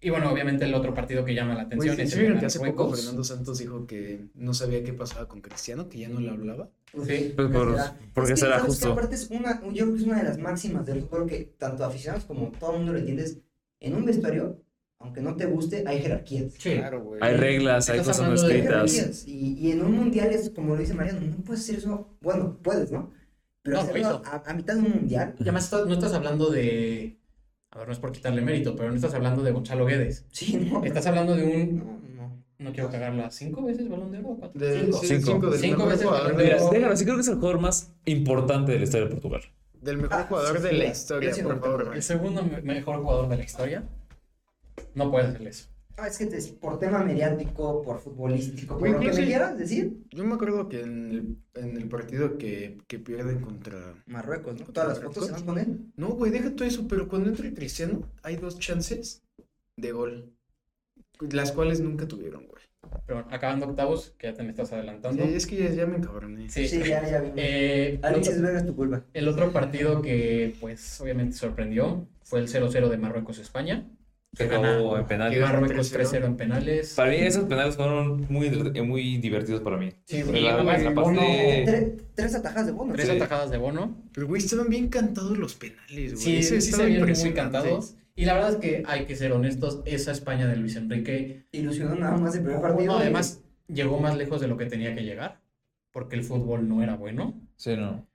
Speaker 2: Y bueno, obviamente el otro partido que llama la
Speaker 4: Güey,
Speaker 2: atención
Speaker 4: ¿sí
Speaker 2: es el
Speaker 4: vieron
Speaker 2: de
Speaker 4: que hace poco
Speaker 2: Marruecos.
Speaker 4: Fernando Santos dijo que no sabía qué pasaba con Cristiano, que ya no le hablaba?
Speaker 2: Sí.
Speaker 1: Pues por,
Speaker 3: Será.
Speaker 1: porque
Speaker 3: Es que,
Speaker 1: será
Speaker 3: ¿sabes qué?
Speaker 1: justo.
Speaker 3: Aparte es una, yo creo que es una de las máximas del fútbol que tanto aficionados como todo el mundo lo entiendes. En un vestuario, aunque no te guste, hay jerarquías.
Speaker 2: Sí.
Speaker 4: güey.
Speaker 1: Hay reglas, hay
Speaker 2: Estás
Speaker 1: cosas no
Speaker 2: hablando de
Speaker 3: Hay
Speaker 1: escritas.
Speaker 3: jerarquías. Y, y en un mundial es como lo dice Mariano, no puedes hacer eso. Bueno, puedes, ¿no? Pero
Speaker 2: No, lo
Speaker 3: hacerlo
Speaker 2: hizo.
Speaker 3: a, a mitad de un mundial.
Speaker 2: Y además está- no estás hablando de. A ver, no es por quitarle mérito, pero no estás hablando de Gonzalo Guedes.
Speaker 3: Sí, no.
Speaker 2: Estás hablando de un.
Speaker 3: No, no.
Speaker 2: No quiero cagarla. ¿Cinco veces balón de oro o cuatro?
Speaker 4: De,
Speaker 2: Cinco.
Speaker 4: sí,
Speaker 1: Cinco.
Speaker 4: cinco del
Speaker 2: Cinco
Speaker 4: mejor
Speaker 2: veces
Speaker 4: jugador,
Speaker 2: campeón.
Speaker 1: Mira,
Speaker 4: de,
Speaker 2: Pero-
Speaker 1: déjalo, sí creo que es el jugador más importante de la historia de Portugal.
Speaker 4: del mejor
Speaker 3: Ah,
Speaker 4: jugador
Speaker 3: sí,
Speaker 4: de
Speaker 3: sí,
Speaker 4: la
Speaker 3: sí,
Speaker 4: historia,
Speaker 3: sí,
Speaker 4: por
Speaker 3: sí,
Speaker 4: favor.
Speaker 2: El
Speaker 4: güey.
Speaker 2: segundo me- mejor jugador de la historia. No puedes hacerle eso.
Speaker 3: Ah, es que te- por tema mediático, por futbolístico, por
Speaker 4: Güey,
Speaker 3: lo que me
Speaker 4: incluso-
Speaker 3: quieras decir,
Speaker 4: Yo me acuerdo que en el, en el partido que, que pierden contra...
Speaker 3: Marruecos, ¿no? Todas las fotos se van con él.
Speaker 4: No, güey, deja todo eso, pero cuando entra Cristiano hay dos chances de gol, las cuales nunca tuvieron, güey.
Speaker 2: Pero bueno, acabando octavos, que ya te me estás adelantando.
Speaker 4: Sí, es que ya, ya me encabroné.
Speaker 2: Sí.
Speaker 3: Sí, ya, ya vimos.
Speaker 2: Eh,
Speaker 3: Alexis Vega es tu culpa.
Speaker 2: El otro partido que, pues, obviamente sorprendió fue el 0-0 de Marruecos-España.
Speaker 1: Que
Speaker 2: gana-
Speaker 1: acabó en penal.
Speaker 2: que Marruecos
Speaker 4: 3-0.
Speaker 2: 3-0 en penales.
Speaker 1: Para mí esos penales fueron muy, eh, muy divertidos para mí. Me
Speaker 2: Sí, güey,
Speaker 1: la- me la
Speaker 2: además, Bono,
Speaker 1: pasé-
Speaker 3: Tres, tres atajadas de bono.
Speaker 2: eh, tres
Speaker 1: Sí.
Speaker 2: atajadas de Bono.
Speaker 4: Pero, güey, estaban bien cantados los penales, güey.
Speaker 2: Sí,
Speaker 4: Ese
Speaker 2: sí, se
Speaker 4: estaba
Speaker 2: vieron muy
Speaker 4: impresionante.
Speaker 2: cantados. Y la verdad es que hay que ser honestos, esa España de Luis Enrique,
Speaker 3: Ilusionó nada más el primer partido.
Speaker 2: no,
Speaker 3: y-
Speaker 2: además,
Speaker 4: eh,
Speaker 2: llegó más lejos de lo que tenía que llegar, porque el fútbol no era bueno.
Speaker 1: Sí, no.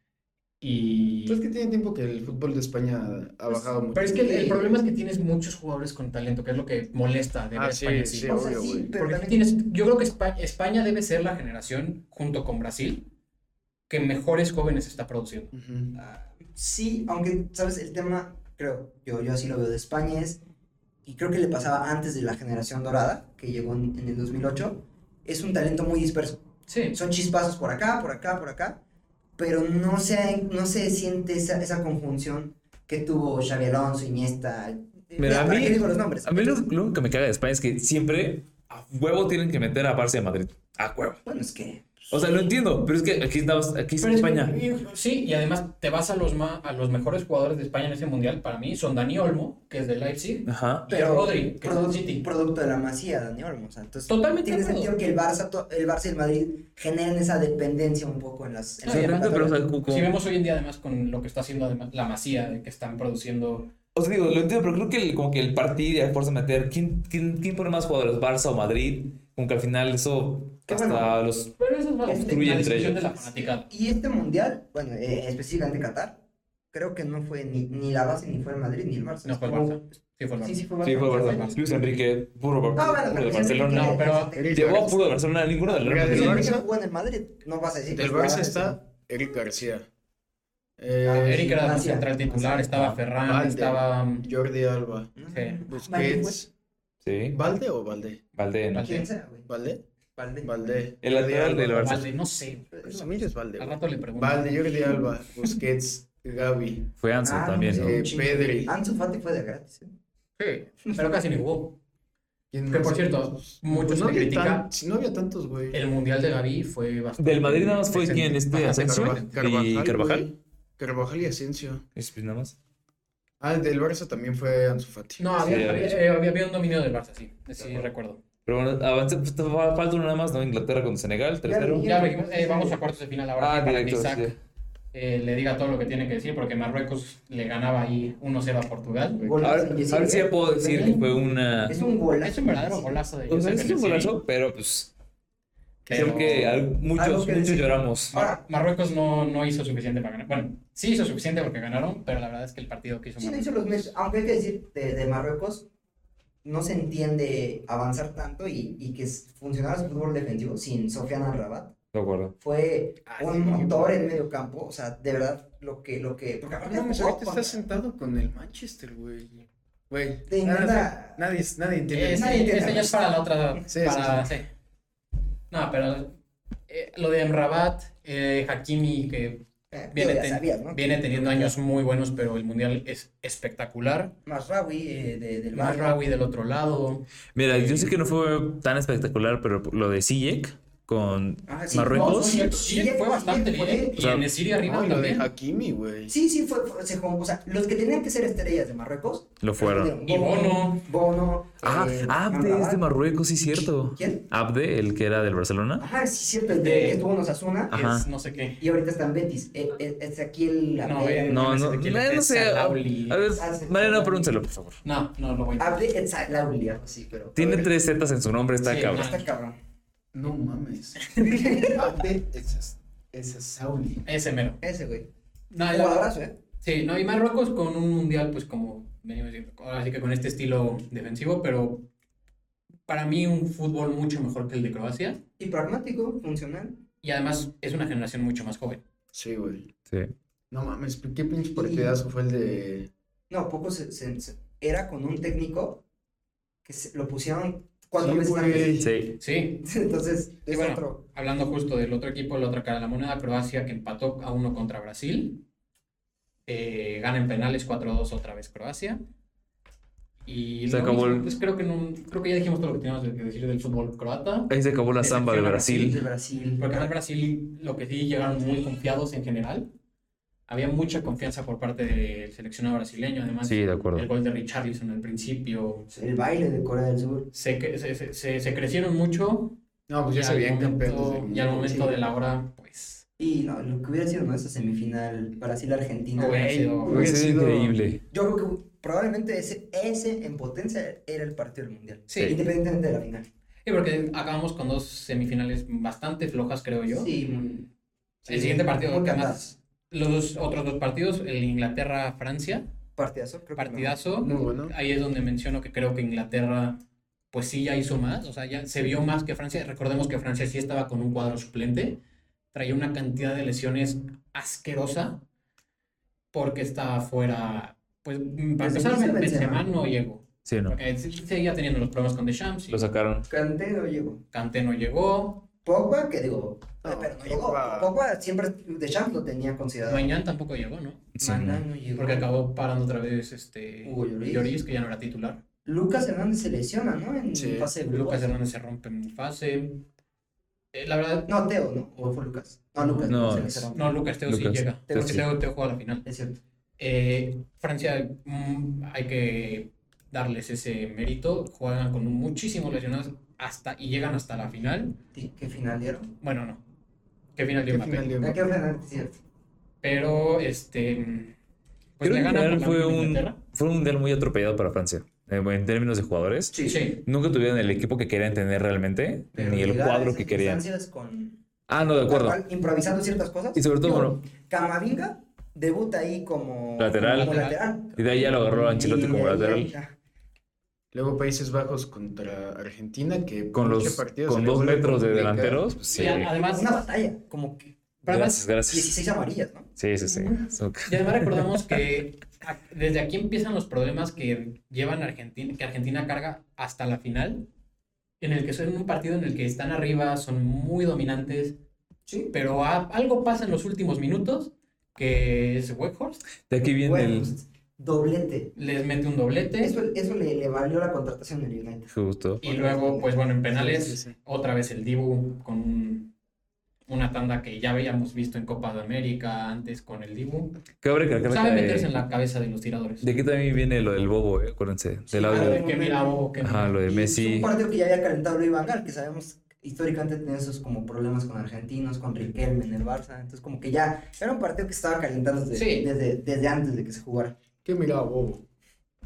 Speaker 2: Y...
Speaker 4: Pues es que tiene tiempo que el fútbol de España ha bajado mucho.
Speaker 2: Pues, Pero es que el, el problema es que tienes muchos jugadores con talento, que es lo que molesta de
Speaker 4: Ah,
Speaker 2: ver
Speaker 4: sí,
Speaker 2: España
Speaker 4: sí,
Speaker 2: así.
Speaker 3: O sea,
Speaker 4: obvio,
Speaker 3: sí,
Speaker 4: güey.
Speaker 3: pero
Speaker 2: Porque
Speaker 3: también-
Speaker 2: tienes, yo creo que Espa- España, debe ser la generación, junto con Brasil, que mejores jóvenes está produciendo.
Speaker 4: Ujú.
Speaker 3: Ah, sí, aunque, ¿sabes? El tema, creo, yo, yo así lo veo de España es, y creo que le pasaba antes de la generación dorada, que llegó en, en el 2008, es un talento muy disperso.
Speaker 2: Sí.
Speaker 3: Son chispazos por acá, por acá, por acá, pero no se, no se siente esa, esa conjunción que tuvo Xavi Alonso, Iniesta. eh,
Speaker 1: Mira, a
Speaker 3: ¿para
Speaker 1: mí-
Speaker 3: qué digo los nombres?
Speaker 1: A mí lo, lo único que me caga de España es que siempre a huevo tienen que meter a Barça de Madrid. A huevo.
Speaker 3: Bueno, es que...
Speaker 1: O sea, lo entiendo, pero es que aquí, estamos- aquí es
Speaker 2: Pero es-
Speaker 1: España.
Speaker 2: y- sí, y además te vas a los, ma- a los mejores jugadores de España en ese mundial, para mí, son Dani Olmo, que es de Leipzig,
Speaker 1: Ajá.
Speaker 2: y Rodri, que es
Speaker 3: produ-
Speaker 2: del City.
Speaker 3: producto de la masía, Dani Olmo. o sea, entonces,
Speaker 2: Totalmente
Speaker 3: tiene
Speaker 2: de acuerdo.
Speaker 3: sentido que el Barça, to- el Barça y el Madrid generan esa dependencia un poco en las. En
Speaker 1: Sí,
Speaker 3: las
Speaker 1: pero, o sea, como-
Speaker 2: Si vemos hoy en día, además, con lo que está haciendo además la Masía, de que están produciendo...
Speaker 1: O sea, digo, lo entiendo, pero creo que el- como que el partido de fuerza meter, ¿quién, quién, quién pone más jugadores? ¿Barça o Madrid? Como que al final eso
Speaker 3: Qué
Speaker 1: hasta
Speaker 3: bueno.
Speaker 1: los...
Speaker 2: Pero eso es más
Speaker 1: Construye
Speaker 2: la
Speaker 1: entre
Speaker 2: discusión
Speaker 1: ellos.
Speaker 2: de la fanaticada.
Speaker 3: y este mundial, bueno, eh, específicamente Qatar, creo que no fue ni, ni la base, ni fue el Madrid, ni el Barça.
Speaker 2: No fue el
Speaker 3: Estuvo-
Speaker 2: Barça. Sí, fue el
Speaker 3: Sí,
Speaker 2: Barça.
Speaker 3: sí fue Barça.
Speaker 1: Sí, fue verdad.
Speaker 3: Bueno,
Speaker 1: Luis Enrique, puro, Bar-
Speaker 3: Ah, bueno,
Speaker 1: puro de
Speaker 3: pero
Speaker 1: Barcelona.
Speaker 2: No, pero-
Speaker 1: Llevó a puro de Barcelona, ninguno de
Speaker 4: Mira,
Speaker 1: la
Speaker 4: del
Speaker 3: Luis
Speaker 1: Real
Speaker 3: Enrique
Speaker 4: Barça-
Speaker 3: jugó en el Madrid, no vas a decir. que
Speaker 4: Del
Speaker 2: pues,
Speaker 3: jugaba
Speaker 4: Barça
Speaker 3: en el-
Speaker 4: está Eric García.
Speaker 3: Ah,
Speaker 4: Eh,
Speaker 2: Eric era
Speaker 3: Francia.
Speaker 2: central titular, estaba Ferran,
Speaker 4: Valde.
Speaker 2: estaba um,
Speaker 4: Jordi Alba.
Speaker 3: No, no,
Speaker 2: Sí.
Speaker 3: no, Valde, güey.
Speaker 4: Busquets.
Speaker 1: Sí,
Speaker 4: ¿Valde o Valde?
Speaker 1: Valdé, ¿no?
Speaker 3: ¿Quién sea, güey?
Speaker 4: ¿Valde?
Speaker 3: Valde.
Speaker 4: Valde.
Speaker 1: El
Speaker 4: Jordi
Speaker 1: lateral
Speaker 4: Alba.
Speaker 1: del Barça.
Speaker 2: Valde, no sé.
Speaker 4: Pues, según yo es Valde.
Speaker 2: Al
Speaker 4: güey.
Speaker 2: rato le pregunto.
Speaker 4: Valde, Jordi Alba, Busquets, Gaby.
Speaker 1: Fue Ansu
Speaker 3: Ah, no,
Speaker 1: también,
Speaker 3: sí,
Speaker 1: ¿no?
Speaker 4: Eh,
Speaker 3: un chingo.
Speaker 4: Pedri.
Speaker 3: Ansu Fati fue de gratis. ¿eh?
Speaker 2: Sí, pero casi ni jugó.
Speaker 4: ¿Quién
Speaker 2: Que
Speaker 4: más? Pues,
Speaker 2: por cierto, muchos
Speaker 4: no
Speaker 2: se
Speaker 4: había
Speaker 2: critican.
Speaker 4: tan- si no había tantos, güey.
Speaker 2: El mundial de Gaby fue bastante.
Speaker 1: Del Madrid nada más fue quien, este
Speaker 2: bastante
Speaker 1: Asensio
Speaker 2: Carvajal.
Speaker 1: y Carvajal.
Speaker 4: güey. Carvajal y Asensio.
Speaker 1: Es, pues, nada más.
Speaker 4: Ah, el del Barça también fue Ansu Fati.
Speaker 2: No, había,
Speaker 1: Sí,
Speaker 2: había,
Speaker 1: había-
Speaker 2: eh, había- había un dominio del Barça, sí. Sí, recuerdo.
Speaker 1: Pero bueno, avance, pues, fa- falta uno nada más, ¿no? Inglaterra contra Senegal, 3-0.
Speaker 3: Sí,
Speaker 2: Ya
Speaker 3: no,
Speaker 2: dijimos, eh,
Speaker 3: sí.
Speaker 2: vamos a cuartos de final ahora.
Speaker 1: Ah,
Speaker 2: para que
Speaker 1: directo.
Speaker 2: Isaac,
Speaker 1: sí.
Speaker 2: eh, le diga todo lo que tiene que decir porque Marruecos le ganaba ahí 1-0 a Portugal.
Speaker 1: Ahora,
Speaker 3: Golazo de
Speaker 1: ahora sí ya puedo decir que fue una.
Speaker 2: Pues,
Speaker 3: Es un golazo.
Speaker 2: Es un verdadero golazo de
Speaker 1: O sea,
Speaker 2: Josep
Speaker 1: es un
Speaker 2: El-Neni,
Speaker 1: golazo, pero pues.
Speaker 2: pero-
Speaker 1: Creo que al-
Speaker 3: Algo
Speaker 1: muchos,
Speaker 3: que
Speaker 1: muchos
Speaker 3: decir.
Speaker 1: lloramos.
Speaker 2: Mar- Marruecos no, no hizo suficiente para ganar. Bueno, sí hizo suficiente porque ganaron, pero la verdad es que el partido que hizo
Speaker 3: Sí, no
Speaker 2: Marruecos.
Speaker 3: hizo los meses. Aunque hay que decir, de, de Marruecos no se entiende avanzar tanto y, y que s- funcionara su fútbol defensivo sin Sofiana Rabat.
Speaker 1: De acuerdo.
Speaker 3: Fue
Speaker 4: Ah, sí,
Speaker 3: un motor en medio campo. O sea, de verdad, lo que. Lo que porque
Speaker 4: Ah,
Speaker 3: aparte
Speaker 4: No, pues
Speaker 3: jugó
Speaker 4: ahorita
Speaker 3: con-
Speaker 4: está sentado con el Manchester, güey. Güey.
Speaker 3: Te
Speaker 4: nada-
Speaker 3: encanta-
Speaker 4: Nadie, nadie entiende.
Speaker 2: Eh,
Speaker 4: esto.
Speaker 2: sí, ese ya es para la otra.
Speaker 4: Sí,
Speaker 2: para- sí. No, pero eh, lo de Emrabat, eh, Hakimi, que
Speaker 3: eh,
Speaker 2: viene,
Speaker 3: digo, ya
Speaker 2: ten-
Speaker 3: sabías, ¿no?
Speaker 2: viene teniendo años muy buenos, pero el mundial es espectacular.
Speaker 3: Masraoui, eh, de, del
Speaker 2: Más
Speaker 3: Bayern.
Speaker 2: Rawi del otro lado.
Speaker 1: Mira, yo sé que no fue tan espectacular, pero lo de Sijek con
Speaker 3: Ah, sí, no,
Speaker 1: Marruecos.
Speaker 3: sí,
Speaker 2: Sí,
Speaker 3: sí,
Speaker 2: fue
Speaker 3: fue-
Speaker 2: bastante
Speaker 3: sí,
Speaker 2: bien.
Speaker 3: fue-
Speaker 1: O sea,
Speaker 2: y en Siria
Speaker 4: No, y
Speaker 2: arriba
Speaker 4: lo de
Speaker 2: también.
Speaker 4: Hakimi, güey.
Speaker 3: Sí, sí, fue, fue- se jugó, o sea, los que tenían que ser estrellas de Marruecos.
Speaker 1: Lo fueron.
Speaker 2: Y Bono.
Speaker 3: Bono.
Speaker 1: Ah,
Speaker 3: eh,
Speaker 1: Abde es de
Speaker 3: Amrabat.
Speaker 1: Marruecos, sí, cierto.
Speaker 3: ¿Quién?
Speaker 1: Abde, el que era del Barcelona.
Speaker 3: Ajá, sí, cierto, el
Speaker 2: De-
Speaker 3: de, estuvo en Osasuna.
Speaker 1: Ajá.
Speaker 2: Es no sé qué.
Speaker 3: Y ahorita está en Betis. Eh, eh, es aquí el.
Speaker 2: No,
Speaker 3: eh,
Speaker 2: eh,
Speaker 1: No,
Speaker 2: me
Speaker 1: no,
Speaker 2: parece que
Speaker 1: no,
Speaker 2: le
Speaker 1: no sé.
Speaker 2: pesa
Speaker 1: A
Speaker 2: a Lauli.
Speaker 1: ver, Ah. Mariano, pronúncelo, por favor.
Speaker 2: No, no lo voy a
Speaker 3: Abde Etzahlaoui, algo así, pero.
Speaker 1: Tiene tres zetas en su nombre, está
Speaker 2: Sí,
Speaker 1: cabrón.
Speaker 3: Está cabrón.
Speaker 4: No mames. Abde esas, esas Sauli.
Speaker 2: Ese mero.
Speaker 3: Ese, güey.
Speaker 2: No, la-
Speaker 3: Jugadorazo, ¿eh?
Speaker 2: Sí, no, y Marruecos con un mundial, pues como venimos diciendo, ahora sí que con este estilo defensivo, pero para mí un fútbol mucho mejor que el de Croacia
Speaker 3: Y pragmático, funcional.
Speaker 2: y además es una generación mucho más joven.
Speaker 4: Sí, güey.
Speaker 1: Sí.
Speaker 4: No mames, qué pinche partidazo fue el de.
Speaker 3: No, poco se, se- se- Era con un técnico que se- lo pusieron cuatro
Speaker 4: Sí,
Speaker 3: veces
Speaker 4: güey.
Speaker 3: antes.
Speaker 1: Sí.
Speaker 2: Sí,
Speaker 3: Entonces,
Speaker 2: Y
Speaker 3: es
Speaker 2: bueno,
Speaker 3: otro.
Speaker 2: hablando justo del otro equipo, la otra cara de la moneda, Croacia que empató a uno contra Brasil, eh, gana en penales 4-2 otra vez Croacia. Y
Speaker 1: Se
Speaker 2: lo
Speaker 1: acabó
Speaker 2: mismo,
Speaker 1: el-
Speaker 2: pues, creo que no, creo que ya dijimos todo lo que teníamos que decir del fútbol croata.
Speaker 1: Ahí se acabó la samba de
Speaker 3: De
Speaker 1: Brasil.
Speaker 3: Brasil.
Speaker 2: Porque además Brasil, lo que sí, llegaron muy confiados en general. Había mucha confianza por parte del seleccionado brasileño, además.
Speaker 1: Sí, de acuerdo.
Speaker 2: El gol de Richarlison al principio.
Speaker 3: El baile de Corea del Sur.
Speaker 2: Se, cre- se, se- se- se crecieron mucho.
Speaker 4: No, pues
Speaker 2: y
Speaker 4: ya se
Speaker 2: al
Speaker 4: veían
Speaker 2: momento-
Speaker 4: campeones.
Speaker 2: Y al momento
Speaker 3: Sí.
Speaker 2: de la hora, pues.
Speaker 3: Y no, lo que hubiera sido ¿no? esa semifinal Brasil-Argentina.
Speaker 2: Güey.
Speaker 1: Hubiera sido increíble.
Speaker 3: Yo creo que probablemente ese, ese en potencia era el partido del mundial.
Speaker 2: Sí.
Speaker 3: Independientemente de la final.
Speaker 2: Sí, porque acabamos con dos semifinales bastante flojas, creo yo.
Speaker 3: Sí, muy-
Speaker 2: El siguiente partido,
Speaker 3: muy
Speaker 2: además,
Speaker 3: cantadas.
Speaker 2: los dos- otros dos partidos, el Inglaterra-Francia,
Speaker 3: Partidazo, creo que me-
Speaker 2: partidazo.
Speaker 4: Muy bueno.
Speaker 2: Ahí es donde menciono que creo que Inglaterra, pues sí, ya hizo más, o sea, ya se vio más que Francia. Recordemos que Francia sí estaba con un cuadro suplente, traía una cantidad de lesiones asquerosa, porque estaba fuera, pues mm, para
Speaker 3: Desde
Speaker 2: empezar,
Speaker 3: que hizo
Speaker 2: Benzema,
Speaker 3: Benzema.
Speaker 2: no llegó, Eh,
Speaker 1: Sí, no.
Speaker 2: porque se- seguía teniendo los problemas con Deschamps, y
Speaker 1: Lo sacaron.
Speaker 3: Kanté no llegó.
Speaker 2: Kanté no llegó,
Speaker 3: Pogba, que digo,
Speaker 4: No,
Speaker 3: pero no llegó.
Speaker 4: Pogba.
Speaker 3: Pogba siempre de Champs lo tenía considerado.
Speaker 2: Mañana tampoco llegó, ¿no?
Speaker 1: Sí,
Speaker 3: Maná
Speaker 1: no.
Speaker 3: no llegó.
Speaker 2: Porque acabó parando otra vez este
Speaker 3: Hugo Lloris.
Speaker 2: Lloris, que ya no era titular.
Speaker 3: Lucas Hernández se lesiona, ¿no? En
Speaker 4: Sí,
Speaker 3: fase de grupos.
Speaker 2: Lucas Hernández se rompe en fase. Eh, la verdad,
Speaker 3: No, Teo, ¿no? O fue Lucas. No, Lucas.
Speaker 1: No,
Speaker 3: se
Speaker 1: es-
Speaker 3: lesionó.
Speaker 2: No, Lucas Teo
Speaker 1: Lucas,
Speaker 2: sí llega.
Speaker 1: Teo
Speaker 2: porque
Speaker 1: sí.
Speaker 2: Teo, Teo juega la final.
Speaker 3: Es cierto.
Speaker 2: Eh, Francia, mm, hay que darles ese mérito. Juegan con muchísimos lesionados hasta, y llegan hasta la final.
Speaker 3: Sí, ¿Qué final dieron?
Speaker 2: Bueno, no. ¿Qué final dio
Speaker 4: ¿Qué
Speaker 2: Mbappé?
Speaker 4: final dio
Speaker 3: ¿A
Speaker 4: Mbappé?
Speaker 3: qué final? Es cierto.
Speaker 2: Pero, este. mm, Pues
Speaker 1: Creo que
Speaker 2: le
Speaker 1: en
Speaker 2: ganan
Speaker 1: general
Speaker 2: por la
Speaker 1: fue
Speaker 2: mínima
Speaker 1: un,
Speaker 2: Inglaterra.
Speaker 1: fue un mundial muy atropellado para Francia. eh, En términos de jugadores,
Speaker 2: Sí.
Speaker 1: nunca tuvieron el equipo que querían tener realmente,
Speaker 3: Pero
Speaker 1: ni el
Speaker 3: llegar a
Speaker 1: cuadro
Speaker 3: esas
Speaker 1: que querían.
Speaker 3: instancias Con...
Speaker 1: Ah, no, de acuerdo.
Speaker 3: Improvisando ciertas cosas.
Speaker 1: Y sobre todo,
Speaker 3: Digo,
Speaker 1: bueno,
Speaker 3: Camavinga debuta ahí como
Speaker 1: Lateral.
Speaker 3: como lateral.
Speaker 1: Y de ahí ya lo agarró Ancelotti
Speaker 3: Y
Speaker 1: como
Speaker 3: de ahí
Speaker 1: lateral.
Speaker 3: ya-
Speaker 4: Luego Países Bajos contra Argentina, que
Speaker 1: Con,
Speaker 4: pinche
Speaker 1: los,
Speaker 4: partido
Speaker 1: con
Speaker 4: se
Speaker 1: dos
Speaker 4: les vuelve
Speaker 1: metros de
Speaker 4: complicado.
Speaker 1: delanteros. pues, sí.
Speaker 2: Y a- además,
Speaker 3: Una batalla, como que.
Speaker 2: pero además,
Speaker 1: Gracias, gracias.
Speaker 3: 16 amarillas, ¿no?
Speaker 1: Sí, sí, sí. So-
Speaker 2: Y además recordamos que a- desde aquí empiezan los problemas que llevan Argentina, que Argentina carga hasta la final, en el que son un partido en el que están arriba, son muy dominantes,
Speaker 3: Sí.
Speaker 2: pero a- algo pasa en los últimos minutos que es Weghorst,
Speaker 1: De aquí viene
Speaker 3: Bueno,
Speaker 1: el.
Speaker 3: pues, doblete.
Speaker 2: les mete un doblete
Speaker 3: Eso, eso le, le valió la contratación del United.
Speaker 1: Justo.
Speaker 2: y luego, pues bueno, en penales,
Speaker 4: Sí, sí, sí.
Speaker 2: otra vez el Dibu con un- una tanda que ya habíamos visto en Copa de América antes con el Dibu.
Speaker 1: Cabe recalcar
Speaker 2: Sabe
Speaker 1: que,
Speaker 2: meterse en la cabeza de los tiradores.
Speaker 1: De aquí también viene lo del bobo, eh, acuérdense. Del
Speaker 2: Ah,
Speaker 1: audio.
Speaker 2: de que mira, oh, que
Speaker 1: Ajá, lo de
Speaker 3: Es
Speaker 1: Messi.
Speaker 3: un partido que ya había calentado Luis Van Gaal, que sabemos históricamente tenía esos como problemas con argentinos, con Riquelme en el Barça. Entonces, como que ya era un partido que estaba calentando desde,
Speaker 2: Sí.
Speaker 3: desde, desde antes de que se jugara.
Speaker 4: Qué mirada bobo.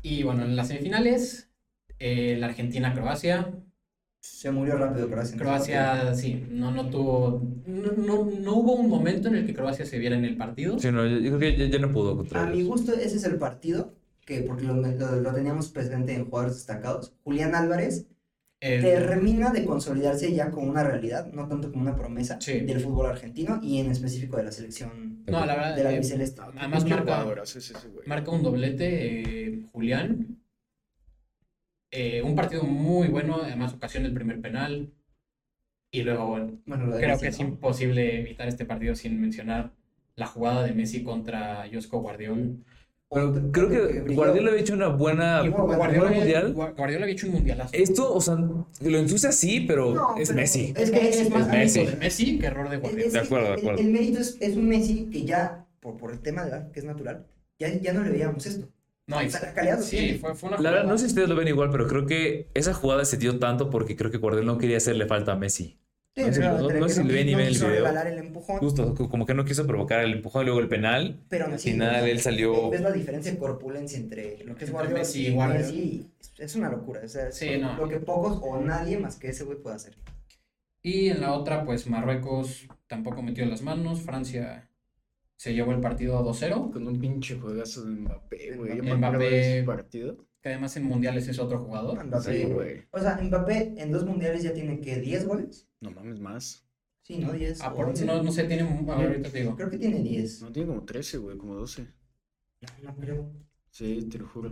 Speaker 2: Y bueno, en las semifinales, eh, la Argentina-Croacia.
Speaker 3: Se murió rápido Croacia. en ese
Speaker 2: Croacia, sí, no, no tuvo. No, no, no hubo un momento en el que Croacia se viera en el partido.
Speaker 1: Sí, no, yo, yo creo que ya, ya no pudo
Speaker 3: partido.
Speaker 1: contra
Speaker 3: A mi
Speaker 1: ellos.
Speaker 3: gusto, ese es el partido que, porque lo, lo- lo teníamos presente en jugadores destacados. Julián Álvarez
Speaker 2: Eh,
Speaker 3: termina de consolidarse ya como una realidad, no tanto como una promesa
Speaker 2: Sí.
Speaker 3: del fútbol argentino y en específico de la selección
Speaker 2: no, la verdad,
Speaker 3: de la
Speaker 2: eh,
Speaker 3: biceleste.
Speaker 2: además
Speaker 4: Qué
Speaker 2: marca,
Speaker 4: jugadorazo es ese güey.
Speaker 2: marca un doblete eh, Julián. Eh, un partido muy bueno, además ocasión el primer penal. Y luego, bueno,
Speaker 3: Bueno, lo de
Speaker 2: creo
Speaker 3: Messi,
Speaker 2: que es
Speaker 3: ¿no?
Speaker 2: imposible evitar este partido sin mencionar la jugada de Messi contra Josko Guardiol.
Speaker 1: Pero creo que
Speaker 3: brilló.
Speaker 1: Guardiola había hecho una buena.
Speaker 3: Y bueno,
Speaker 1: buen
Speaker 2: Guardiola,
Speaker 1: Ah, mundial.
Speaker 2: Gua- Guardiola había hecho un mundialazo.
Speaker 1: Esto, o sea, lo ensucia sí, pero
Speaker 3: No,
Speaker 1: es
Speaker 3: pero-
Speaker 1: Messi.
Speaker 3: Es que es
Speaker 2: más
Speaker 1: es Messi.
Speaker 2: mérito de Messi que error de Guardiola.
Speaker 3: Es-
Speaker 1: De
Speaker 3: es-
Speaker 1: acuerdo, de
Speaker 3: el-
Speaker 1: acuerdo.
Speaker 3: El, mérito es, es un Messi que ya, por, por el tema de edad, que es natural, ya, ya no le veíamos esto.
Speaker 2: No,
Speaker 3: O
Speaker 2: y-
Speaker 3: sea, la calidad lo
Speaker 2: sí,
Speaker 3: tiene.
Speaker 2: fue, fue una
Speaker 1: La
Speaker 2: jugada.
Speaker 1: verdad, no sé si ustedes lo ven igual, pero creo que esa jugada se dio tanto porque creo que Guardiola no quería hacerle falta a Messi.
Speaker 3: Sí,
Speaker 1: no sé,
Speaker 3: claro,
Speaker 1: no-
Speaker 3: entre
Speaker 1: no
Speaker 3: que
Speaker 1: sé si le ven ni
Speaker 3: no
Speaker 1: ven el
Speaker 3: quiso
Speaker 1: video.
Speaker 3: regalar el empujón,
Speaker 1: Justo, co- como que no quiso provocar el empujón, luego el penal.
Speaker 3: pero
Speaker 1: Al
Speaker 3: Messi,
Speaker 1: final él salió.
Speaker 3: ¿Ves la diferencia de corpulencia entre lo que es
Speaker 2: Entre
Speaker 3: Guardiola
Speaker 2: Messi y
Speaker 3: y
Speaker 2: Guardiola.
Speaker 3: Messi? Es- Es una locura. O sea, es
Speaker 2: Sí, no.
Speaker 3: lo que pocos o nadie más que ese güey puede hacer.
Speaker 2: Y en la otra, pues Marruecos tampoco metió las manos. Francia se llevó el partido a 2-0,
Speaker 4: Con un pinche juegazo de Mbappé, güey. Yo me
Speaker 2: Mbappé.
Speaker 4: acuerdo de ese partido.
Speaker 2: que además en mundiales es otro jugador.
Speaker 3: Mbappé.
Speaker 4: Sí, güey.
Speaker 3: O sea, Mbappé en dos mundiales ya tiene que 10 goles.
Speaker 4: No mames más.
Speaker 3: Sí, ¿no? 10.
Speaker 2: Ah,
Speaker 3: o
Speaker 2: por-
Speaker 3: 11.
Speaker 2: no, no sé, tiene un. a ver, ahorita te digo.
Speaker 3: Creo que tiene 10. No,
Speaker 4: No, tiene como 13, güey, como 12.
Speaker 3: no creo.
Speaker 4: Sí, te lo juro.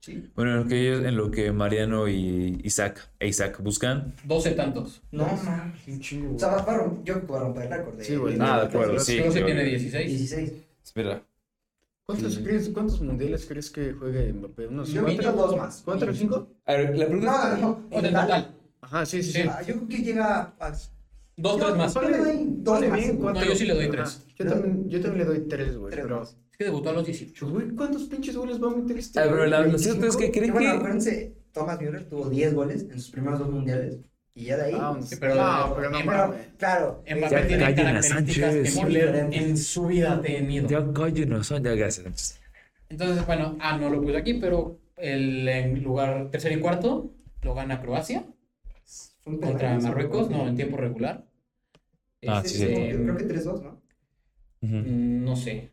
Speaker 3: Sí.
Speaker 1: Bueno, en lo que, ellos- en lo que Mariano y Isaac, e Isaac buscan.
Speaker 2: 12 tantos.
Speaker 3: No, mames.
Speaker 4: Un chingo,
Speaker 3: O
Speaker 4: güey.
Speaker 3: sea, va a romper, yo voy a romper el récord de.
Speaker 4: Sí, güey.
Speaker 1: Ah, de acuerdo, sí.
Speaker 2: Creo que
Speaker 1: claro.
Speaker 2: tiene 16.
Speaker 3: 16.
Speaker 1: Espera.
Speaker 4: ¿Cuántos,
Speaker 1: Sí.
Speaker 4: crees- cuántos mundiales crees que juegue Mbappé? ¿Unos
Speaker 3: Yo
Speaker 4: cuatro?
Speaker 3: creo dos más.
Speaker 4: ¿Cuatro o cinco?
Speaker 1: A ver, la pregunta.
Speaker 3: No, no,
Speaker 2: O
Speaker 3: en
Speaker 2: sea, en
Speaker 3: total.
Speaker 2: total,
Speaker 4: Ajá, sí, sí,
Speaker 2: Sí.
Speaker 4: sí.
Speaker 3: Ah, Yo creo que llega a.
Speaker 2: dos, tres más.
Speaker 3: Yo le doy dos
Speaker 4: Ponle
Speaker 3: más.
Speaker 4: bien,
Speaker 3: seguro.
Speaker 4: cuatro.
Speaker 2: No, yo sí le doy
Speaker 4: Ajá.
Speaker 2: tres.
Speaker 4: Yo también, yo también le doy tres, güey.
Speaker 3: Tres
Speaker 4: Pero,
Speaker 3: más.
Speaker 2: Es que debutó a los 18.
Speaker 4: pues, güey, ¿cuántos pinches goles va a meter este?
Speaker 2: Ah,
Speaker 1: A ver, pero
Speaker 4: güey?
Speaker 1: la lo cierto es que
Speaker 4: ¿25?
Speaker 1: creen
Speaker 3: Bueno,
Speaker 1: que.
Speaker 3: acuérdense, Thomas Müller tuvo 10 goles en sus primeros dos mundiales. Y ya de ahí.
Speaker 4: Ah, unos-
Speaker 2: Sí, pero-
Speaker 4: no, pero no,
Speaker 2: Mbappé-
Speaker 3: Bueno,
Speaker 4: mames.
Speaker 3: claro. este,
Speaker 2: Mbappé
Speaker 1: callen
Speaker 2: tiene
Speaker 1: a
Speaker 2: características
Speaker 1: Sánchez.
Speaker 2: que Müller en su vida ha tenido.
Speaker 1: Ya cállenos, ya gracias.
Speaker 2: Entonces, bueno, ah, no lo puse aquí, pero el en lugar tercer y cuarto lo gana Croacia
Speaker 3: Fue un
Speaker 2: contra
Speaker 3: penal.
Speaker 2: Marruecos, no, en tiempo regular.
Speaker 1: Ah,
Speaker 2: Este,
Speaker 1: sí,
Speaker 3: Yo
Speaker 1: sí.
Speaker 3: creo que 3-2, ¿no?
Speaker 1: Ujú.
Speaker 2: mm, No sé.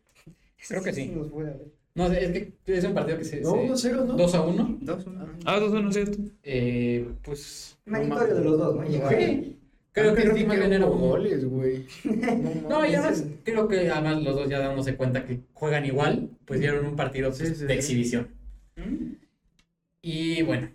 Speaker 2: Creo que sí.
Speaker 3: Nos fue a ver.
Speaker 2: No, es que es un partido que se.
Speaker 4: No, uno cero, ¿no?
Speaker 2: 2 a 1.
Speaker 3: Dos, uno.
Speaker 1: Ah, eso no es cierto.
Speaker 2: Eh, pues. no
Speaker 3: Meritorio de los dos, ¿no?
Speaker 2: me-
Speaker 3: Llegar.
Speaker 2: Sí. Creo que
Speaker 4: Antes
Speaker 2: el
Speaker 4: sí
Speaker 2: último
Speaker 4: Ah, que
Speaker 2: que era
Speaker 4: hubo
Speaker 2: un
Speaker 4: goles, güey.
Speaker 2: No, y
Speaker 4: mames.
Speaker 2: además, creo que además los dos ya dándose cuenta que juegan igual, pues dieron un partido
Speaker 4: Sí,
Speaker 2: pues,
Speaker 4: sí,
Speaker 2: de
Speaker 4: sí.
Speaker 2: exhibición. Y bueno,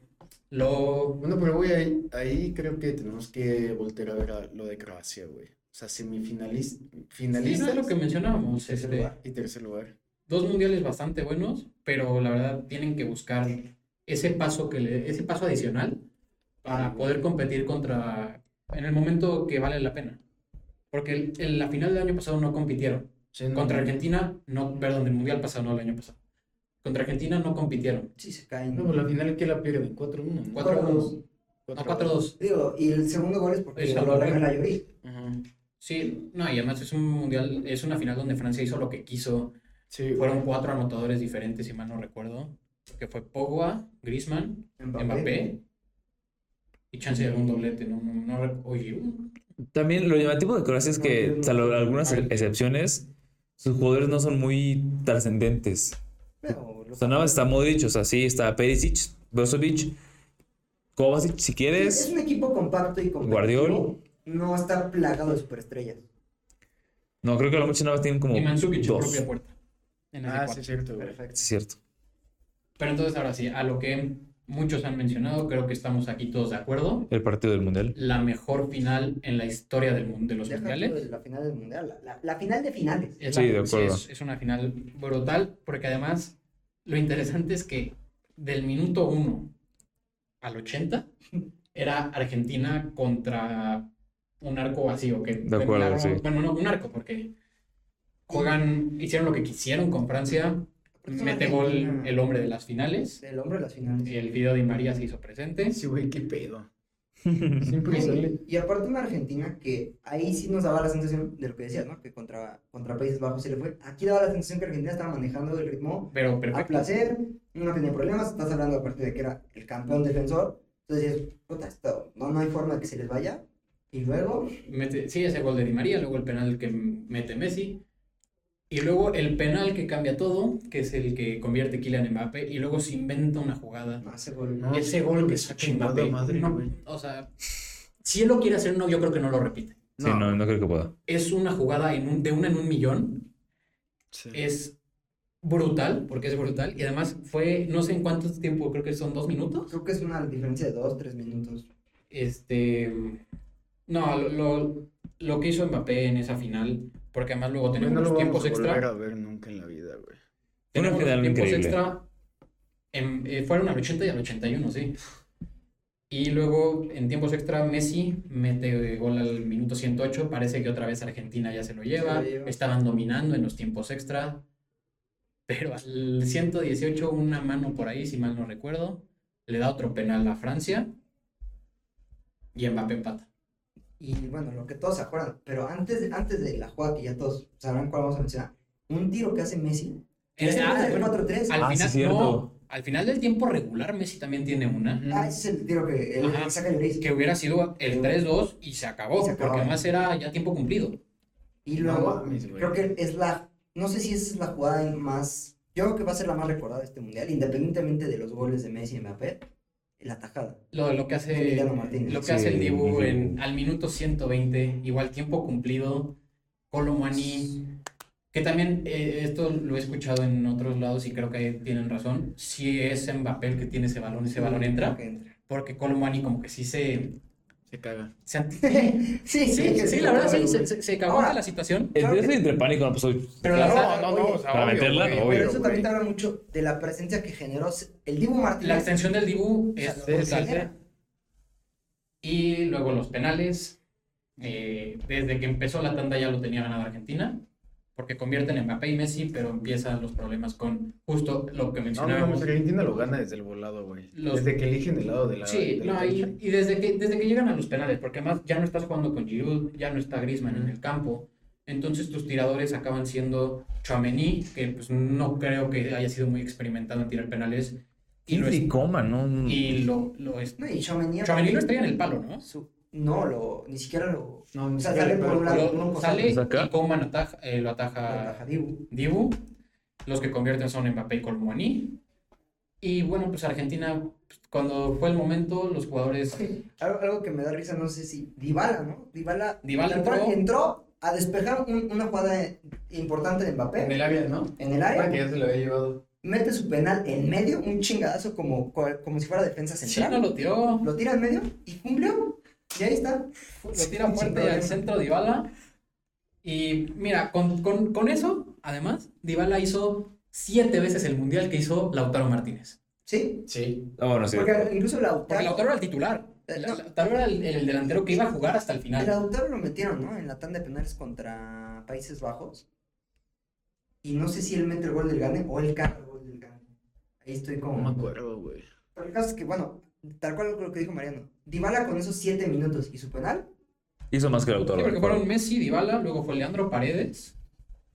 Speaker 2: lo.
Speaker 4: Bueno, pero güey, ahí, ahí creo que tenemos que voltear a ver a lo de Croacia, güey. O sea, semifinalista,
Speaker 2: Sí, no
Speaker 4: finalista
Speaker 2: es lo que mencionábamos.
Speaker 3: Tercer
Speaker 2: este,
Speaker 3: lugar.
Speaker 4: y tercer lugar.
Speaker 2: dos mundiales bastante buenos, pero la verdad tienen que buscar ese paso que le, ese paso adicional
Speaker 4: Ah,
Speaker 2: para poder competir contra en el momento que vale la pena. Porque el- en la final del año pasado no compitieron.
Speaker 4: Sí, no,
Speaker 2: Contra Argentina, no, perdón, el mundial pasado, no el año pasado. Contra Argentina no compitieron.
Speaker 3: Sí, se caen.
Speaker 4: No, pues la final que la pierden, 4-1. ¿no?
Speaker 2: 4-1. No, 4-2.
Speaker 3: Digo, y el segundo gol es porque
Speaker 2: Es
Speaker 3: lo
Speaker 2: Mbappé.
Speaker 3: logra la Llorí.
Speaker 4: Ajá.
Speaker 2: Sí, no, y además es un mundial, es una final donde Francia hizo lo que quiso.
Speaker 4: Sí, güey.
Speaker 2: Fueron cuatro anotadores diferentes, si mal no recuerdo. Que fue Pogba, Griezmann, Mbappé. Y chance de algún doblete, no, no, no rec- Oye,
Speaker 1: También lo llamativo de Croacia es que, salvo algunas excepciones, sus jugadores no son muy trascendentes.
Speaker 3: Pero
Speaker 1: O
Speaker 3: los-
Speaker 1: sea, nada más está Modric, o sea, sí, está Perisic, Brozovic, Kovacic, si
Speaker 3: Es
Speaker 1: quieres.
Speaker 3: un equipo compacto y competitivo.
Speaker 1: Guardiola.
Speaker 3: No está plagado de superestrellas.
Speaker 1: No, creo que la mucha nada más tienen como
Speaker 2: Y Mansukic en su
Speaker 1: dos.
Speaker 2: propia
Speaker 1: Sí,
Speaker 2: puerta. En ese
Speaker 4: Ah, sí,
Speaker 2: cuarto.
Speaker 4: es cierto, güey.
Speaker 3: Perfecto.
Speaker 1: es cierto.
Speaker 2: Pero entonces ahora sí, a lo que muchos han mencionado, creo que estamos aquí todos de acuerdo.
Speaker 1: El partido del Mundial.
Speaker 2: La mejor final en la historia del mundo, de los
Speaker 3: Deja
Speaker 2: mundiales.
Speaker 3: tú de la final del mundial. la- La, la final de finales.
Speaker 2: Es
Speaker 1: Sí,
Speaker 2: la-
Speaker 1: de acuerdo.
Speaker 2: es, es una final brutal, porque además lo interesante es que del minuto 1 al 80 era Argentina contra un arco vacío. Que
Speaker 1: De acuerdo,
Speaker 2: terminaron-
Speaker 1: sí.
Speaker 2: Bueno, no, un arco, porque juegan, hicieron lo que quisieron con Francia.
Speaker 3: Porque son
Speaker 2: Mete gol
Speaker 3: Argentina.
Speaker 2: el hombre de las finales.
Speaker 3: El hombre de las finales.
Speaker 2: El video de María se hizo presente.
Speaker 4: Sí, güey, qué pedo.
Speaker 1: Sí,
Speaker 4: Siempre sale.
Speaker 3: Y aparte una Argentina que ahí sí nos daba la sensación de lo que decías, ¿no? Que contra, contra Países Bajos se le fue. Aquí daba la sensación que Argentina estaba manejando el ritmo
Speaker 2: Pero
Speaker 3: a
Speaker 2: perfecto.
Speaker 3: placer, no tenía problemas. Estás hablando aparte de que era el campeón defensor. Entonces dices, puta, esto, no, no hay forma de que se les vaya. Y luego,
Speaker 2: Mete- sí, ese gol de Di María, luego el penal que m- mete Messi. Y luego el penal que cambia todo, que es el que convierte Kylian Mbappé. Y luego se inventa una jugada.
Speaker 3: no hace gol.
Speaker 4: No,
Speaker 2: Ese gol que
Speaker 4: su
Speaker 2: saca
Speaker 4: chingada
Speaker 2: Mbappé.
Speaker 4: madre,
Speaker 2: no,
Speaker 4: güey.
Speaker 2: o sea, si él lo quiere hacer, no, yo creo que no lo repite.
Speaker 1: Sí, no, no creo que pueda.
Speaker 2: Es una jugada en un- de una en un millón.
Speaker 4: Sí.
Speaker 2: Es brutal, porque es brutal. Y además fue, no sé en cuánto tiempo, creo que son dos minutos.
Speaker 3: Creo que es una diferencia de dos, tres minutos.
Speaker 2: Este. No, lo, lo- lo que hizo Mbappé en esa final, porque además luego
Speaker 4: Güey,
Speaker 2: tenemos
Speaker 4: no lo
Speaker 2: los
Speaker 4: vamos
Speaker 2: tiempos
Speaker 4: a volver
Speaker 2: extra.
Speaker 4: a ver nunca en la vida, güey.
Speaker 2: Tenemos
Speaker 1: final
Speaker 2: los tiempos
Speaker 1: increíble.
Speaker 2: extra. en- eh, fueron al 80 y al 81, sí. Y luego en tiempos extra, Messi mete gol al minuto 108. Parece que otra vez Argentina ya se lo lleva.
Speaker 3: lleva.
Speaker 2: Estaban dominando en los tiempos extra. Pero al 118, una mano por ahí, si mal no recuerdo, le da otro penal a Francia. Y Mbappé empata.
Speaker 3: Y bueno, lo que todos se acuerdan. Pero antes, de- antes de la jugada que ya todos sabrán cuál vamos a mencionar. Un tiro que hace Messi.
Speaker 2: Eh,
Speaker 3: Ese
Speaker 2: ah,
Speaker 3: puede ser
Speaker 2: bueno,
Speaker 3: 4-3.
Speaker 2: al
Speaker 1: Ah, sí,
Speaker 2: final,
Speaker 1: cierto.
Speaker 2: no, al final del tiempo regular, Messi también tiene una.
Speaker 3: Ah, ese es el tiro que el,
Speaker 2: Ajá.
Speaker 3: saca Lloris.
Speaker 2: Que hubiera sido el 3-2 y se acabó.
Speaker 3: Se acabó.
Speaker 2: Porque además era ya tiempo cumplido.
Speaker 3: Y
Speaker 4: No
Speaker 3: luego,
Speaker 4: mames, güey.
Speaker 3: creo que es la, no sé si es la jugada en más, yo creo que va a ser la más recordada de este mundial, independientemente de los goles de Messi y Mbappé, la tajada.
Speaker 2: Lo, lo que hace,
Speaker 3: Emiliano Martínez.
Speaker 2: lo que
Speaker 1: Sí.
Speaker 2: hace el Dibu en, al minuto 120, igual tiempo cumplido. Colomani. Que también eh, esto lo he escuchado en otros lados y creo que ahí tienen razón. Si es Mbappé el que tiene ese balón, ese balón entra.
Speaker 3: Que entra.
Speaker 2: Porque Colomani, como que sí se.
Speaker 4: Se caga.
Speaker 2: se ant-
Speaker 3: sí, sí,
Speaker 2: sí, sí, la verdad, sí, se, se- se cagó
Speaker 3: Ahora,
Speaker 2: ante la situación.
Speaker 1: El
Speaker 3: Claro
Speaker 1: de ese
Speaker 3: que-
Speaker 1: entre pánico, no, pues hoy.
Speaker 2: Pero la,
Speaker 3: Claro, no, no,
Speaker 4: Oye,
Speaker 3: o
Speaker 1: sea, para obvio, meterla, güey, obvio,
Speaker 3: Pero eso también te habla mucho de la presencia que generó el Dibu
Speaker 2: La
Speaker 3: Martínez.
Speaker 2: extensión del Dibu
Speaker 3: O sea,
Speaker 2: es
Speaker 3: lo
Speaker 4: sí,
Speaker 2: brutal.
Speaker 3: genera.
Speaker 2: Y luego los penales. Eh, desde que empezó la tanda ya lo tenía ganado Argentina. Porque convierten en Mbappé y Messi, pero empiezan los problemas con justo lo
Speaker 4: No,
Speaker 2: que
Speaker 4: no,
Speaker 2: mencionábamos.
Speaker 4: vamos, Argentina lo gana desde el volado, güey.
Speaker 2: Los-
Speaker 4: Desde que eligen el lado de la.
Speaker 2: Sí,
Speaker 4: de la
Speaker 2: no,
Speaker 4: cancha.
Speaker 2: y, y desde, que, desde que llegan a los penales, porque además ya no estás jugando con Giroud, ya no está Griezmann en el campo, entonces tus tiradores acaban siendo Chouameni, que pues no creo que haya sido muy experimentado en tirar penales, y lo, es-
Speaker 1: Y coma, ¿no? no.
Speaker 2: y lo, lo es-
Speaker 3: No, y Chouameni-
Speaker 2: Chouameni lo estrella en el palo, ¿no?
Speaker 3: su- no, lo, ni siquiera lo...
Speaker 4: No, ni
Speaker 3: O sea,
Speaker 4: siquiera
Speaker 3: sale
Speaker 4: le
Speaker 3: por un
Speaker 4: paro.
Speaker 3: lado,
Speaker 2: Lo-
Speaker 3: no,
Speaker 2: sale
Speaker 1: pues acá.
Speaker 2: y Coman ataja- eh, lo
Speaker 3: la
Speaker 2: ataja
Speaker 3: taja Dibu.
Speaker 2: Dibu. Los que convierten son Mbappé y Colomani. Y bueno, pues Argentina, pues, cuando fue el momento, los jugadores.
Speaker 3: Algo, algo que me da risa, no sé si. Dybala, ¿no? Dybala.
Speaker 2: Dybala
Speaker 3: tal cual,
Speaker 2: entró.
Speaker 3: a despejar un- una jugada importante de
Speaker 2: ¿eh?
Speaker 4: En
Speaker 3: Mbappé
Speaker 4: el área, ¿no?
Speaker 3: en el
Speaker 4: Ah, que
Speaker 3: área.
Speaker 4: ya se lo había llevado.
Speaker 3: Mete su penal en medio, un chingadazo como, cual- como si fuera defensa
Speaker 2: Sí, no
Speaker 3: central.
Speaker 2: lo tiró.
Speaker 3: Lo tira en medio y cumplió. Y ahí está.
Speaker 2: Lo tira
Speaker 3: Sin
Speaker 2: fuerte
Speaker 3: problema.
Speaker 2: al centro Dybala. Y mira, con, con- con eso, además, Dybala hizo siete veces el mundial que hizo Lautaro Martínez.
Speaker 3: Sí.
Speaker 4: Sí.
Speaker 1: Ah, bueno, sí.
Speaker 3: Porque incluso
Speaker 2: Porque
Speaker 3: Lautaro.
Speaker 2: Lautaro era el titular.
Speaker 3: Eh,
Speaker 2: La-
Speaker 3: no.
Speaker 2: Lautaro era el, el delantero que iba a jugar hasta el
Speaker 3: El
Speaker 2: final.
Speaker 3: Lautaro lo metieron, ¿no? En la tanda de penales contra Países Bajos. Y no sé si él mete el gol del Gane o él carga el gol del Gane. Ahí estoy
Speaker 4: No
Speaker 3: como.
Speaker 4: me acuerdo, güey.
Speaker 3: Pero el caso es que, bueno, tal cual lo que dijo Mariano, Dybala con esos 7 minutos y su penal,
Speaker 1: Hizo más que el autor.
Speaker 2: Sí, porque
Speaker 1: recuerdo.
Speaker 2: fueron Messi, Dybala, luego fue Leandro Paredes.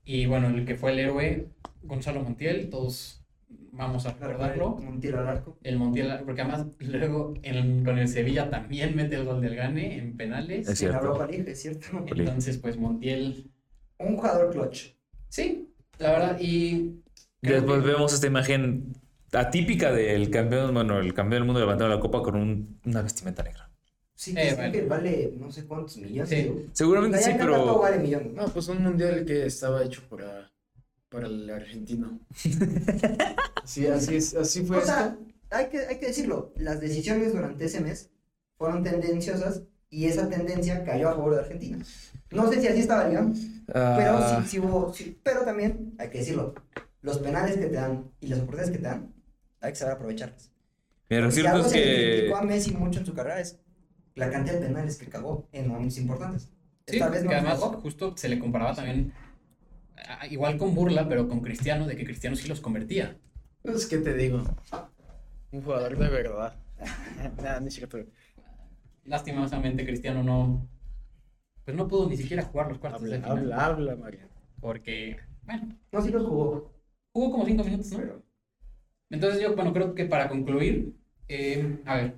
Speaker 2: Y bueno, el que fue el héroe, Gonzalo Montiel, todos vamos a recordarlo.
Speaker 3: como un tiro al arco.
Speaker 2: El Montiel, porque además luego en- con el Sevilla también mete el gol del Gane en penales.
Speaker 1: Es
Speaker 3: En la
Speaker 1: cierto.
Speaker 3: Europa League, es cierto.
Speaker 2: Entonces, pues Montiel
Speaker 3: Un jugador clutch.
Speaker 2: Sí, la verdad, y creo
Speaker 1: Después
Speaker 2: que-
Speaker 1: vemos esta imagen atípica del campeón, bueno, el campeón del mundo levantando la copa con un- una vestimenta negra.
Speaker 3: Sí,
Speaker 2: Eh,
Speaker 3: que, sí
Speaker 2: vale.
Speaker 3: que vale no sé cuántos millones.
Speaker 2: Sí.
Speaker 3: ¿no?
Speaker 1: Seguramente
Speaker 3: Allá
Speaker 1: sí,
Speaker 3: en Qatar todo
Speaker 1: pero
Speaker 3: vale millones. ¿no?
Speaker 4: No, pues un mundial que estaba hecho para, para el argentino. Sí, así, es, así fue
Speaker 3: O sea,
Speaker 4: esto.
Speaker 3: hay que, hay que decirlo, las decisiones durante ese mes fueron tendenciosas y esa tendencia cayó a favor de Argentina. No sé si así estaba el guión, pero
Speaker 1: ah,
Speaker 3: sí, sí hubo, sí, pero también hay que decirlo, los penales que te dan y las oportunidades que te dan, hay que saber aprovecharlas.
Speaker 1: mira, lo
Speaker 3: Si
Speaker 1: cierto
Speaker 3: algo
Speaker 1: es
Speaker 3: se le criticó
Speaker 1: que
Speaker 3: a Messi mucho en su carrera es la cantidad de penales que cagó en momentos importantes.
Speaker 2: sí,
Speaker 3: Esta vez no
Speaker 2: que
Speaker 3: los
Speaker 2: además
Speaker 3: cagó.
Speaker 2: justo se le comparaba también, a- igual con burla, pero con Cristiano, de que Cristiano sí los convertía.
Speaker 4: Pues, ¿qué te digo? Un jugador de verdad. Nada, ni siquiera. pero-
Speaker 2: Lastimosamente Cristiano no, pues no pudo ni siquiera jugar los cuartos
Speaker 4: Habla,
Speaker 2: de final.
Speaker 4: habla, habla, María.
Speaker 2: Porque, bueno,
Speaker 3: No, sí los jugó,
Speaker 2: jugó como cinco minutos, ¿no?
Speaker 3: pero
Speaker 2: Entonces yo, bueno, creo que para concluir, eh, a ver,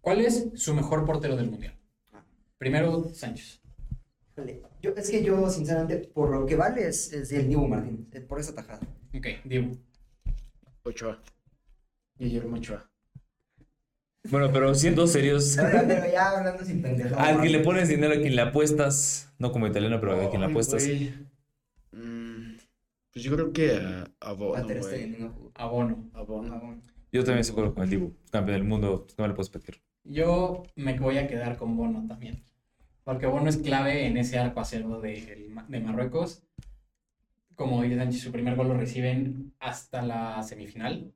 Speaker 2: ¿cuál es su mejor portero del Mundial?
Speaker 4: Ah.
Speaker 2: Primero, Sánchez.
Speaker 3: híjole, yo, es que yo, sinceramente, por lo que vale es, es el Dibu Martínez, eh, por esa tajada.
Speaker 2: Ok, Dibu.
Speaker 4: Ochoa. Guillermo Ochoa.
Speaker 1: bueno, pero siendo serios,
Speaker 3: Ahora, pero ya hablando sin pendejadas.
Speaker 1: al que le pones dinero, a quien le apuestas, no como italiano, pero a quien le
Speaker 4: Ay,
Speaker 1: apuestas.
Speaker 4: güey. Mm, pues yo creo que a, a Bono,
Speaker 3: Va a Ter
Speaker 4: güey.
Speaker 3: Stegen, no jugó.
Speaker 2: Abono.
Speaker 4: A Bono.
Speaker 1: Yo también se acuerdo con el Dibu, campeón del mundo, no me lo puedes pedir.
Speaker 2: Yo me voy a quedar con Bono también. Porque Bono es clave en ese arco acero de, de Marruecos. Como dice Sánchez, su primer gol lo reciben hasta la semifinal.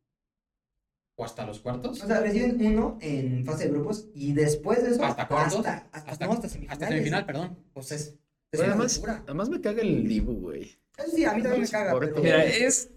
Speaker 2: O hasta los cuartos.
Speaker 3: O sea, reciben uno en fase de grupos y después de eso.
Speaker 2: Hasta cuartos.
Speaker 3: Hasta, hasta, no, hasta semifinales.
Speaker 2: hasta semifinal, perdón.
Speaker 3: O sea, es, es
Speaker 4: Pero
Speaker 3: una
Speaker 4: además,
Speaker 3: locura.
Speaker 4: además me caga el Dibu, güey.
Speaker 3: Eso sí, a mí también me caga. Pero,
Speaker 1: Mira, eh, es,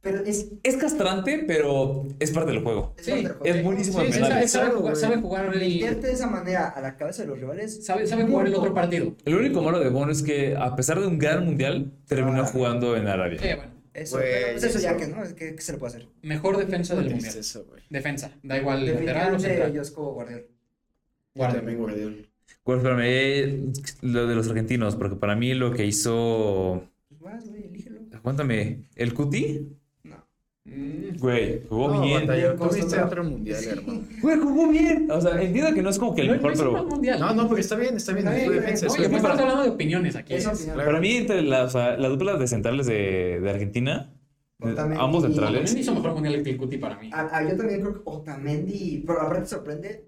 Speaker 3: pero es.
Speaker 1: es castrante, pero es parte del juego.
Speaker 3: es
Speaker 2: Sí,
Speaker 3: contra el juego.
Speaker 1: Es buenísimo en
Speaker 2: Sí, sí, sabe,
Speaker 1: penales.
Speaker 2: sabe jugar,
Speaker 4: güey.
Speaker 2: sabe jugar el,
Speaker 3: Meterte de esa manera a la cabeza de los rivales.
Speaker 2: sabe, sabe jugar el otro partido.
Speaker 1: El único malo de Bono es que, a pesar de un gran mundial, terminó
Speaker 3: Ah.
Speaker 1: jugando en Arabia.
Speaker 2: Eh, bueno,
Speaker 3: Eso,
Speaker 4: Güey,
Speaker 3: pero, pues eso ya
Speaker 4: eso.
Speaker 3: que no, es que, ¿qué se le puede hacer.
Speaker 2: mejor defensa
Speaker 4: Qué
Speaker 2: del mundial.
Speaker 4: tristeza, güey.
Speaker 2: Defensa, da igual lateral o
Speaker 3: Definitivamente
Speaker 2: central.
Speaker 3: yo es como Guardiola.
Speaker 4: Yo
Speaker 2: Guarda.
Speaker 4: también Guardiola.
Speaker 1: Bueno, espérame, eh, lo de los argentinos, porque para mí lo que hizo.
Speaker 3: Pues vas, güey, elígelo.
Speaker 1: Cuéntame, ¿el Cuti?
Speaker 3: No.
Speaker 2: Mm,
Speaker 1: Güey, jugó
Speaker 4: No,
Speaker 1: bien.
Speaker 4: batalló.
Speaker 3: Bien,
Speaker 4: Tú viste
Speaker 3: Costa.
Speaker 4: otro mundial, hermano.
Speaker 1: Güey, jugó bien. O sea, entiendo que no es como que el
Speaker 2: no-
Speaker 1: mejor,
Speaker 2: no es un
Speaker 1: pero.
Speaker 2: mal mundial.
Speaker 4: No, no, porque está bien, está bien.
Speaker 3: Está
Speaker 4: es
Speaker 3: bien,
Speaker 4: tu defensa.
Speaker 3: güey.
Speaker 4: es
Speaker 2: Oye,
Speaker 4: tu
Speaker 2: pues estamos
Speaker 4: defensa.
Speaker 2: hablando de opiniones aquí.
Speaker 3: Eso
Speaker 2: ¿eh?
Speaker 3: sí,
Speaker 4: claro.
Speaker 1: Para mí, entre la, o sea, la dupla de centrales de, de Argentina,
Speaker 3: Otamendi.
Speaker 1: ambos
Speaker 2: Pues También
Speaker 1: centrales.
Speaker 2: hizo mejor mundial que el Cuti para mí.
Speaker 3: Ah, ah, yo también creo que Otamendi, pero aparte sorprende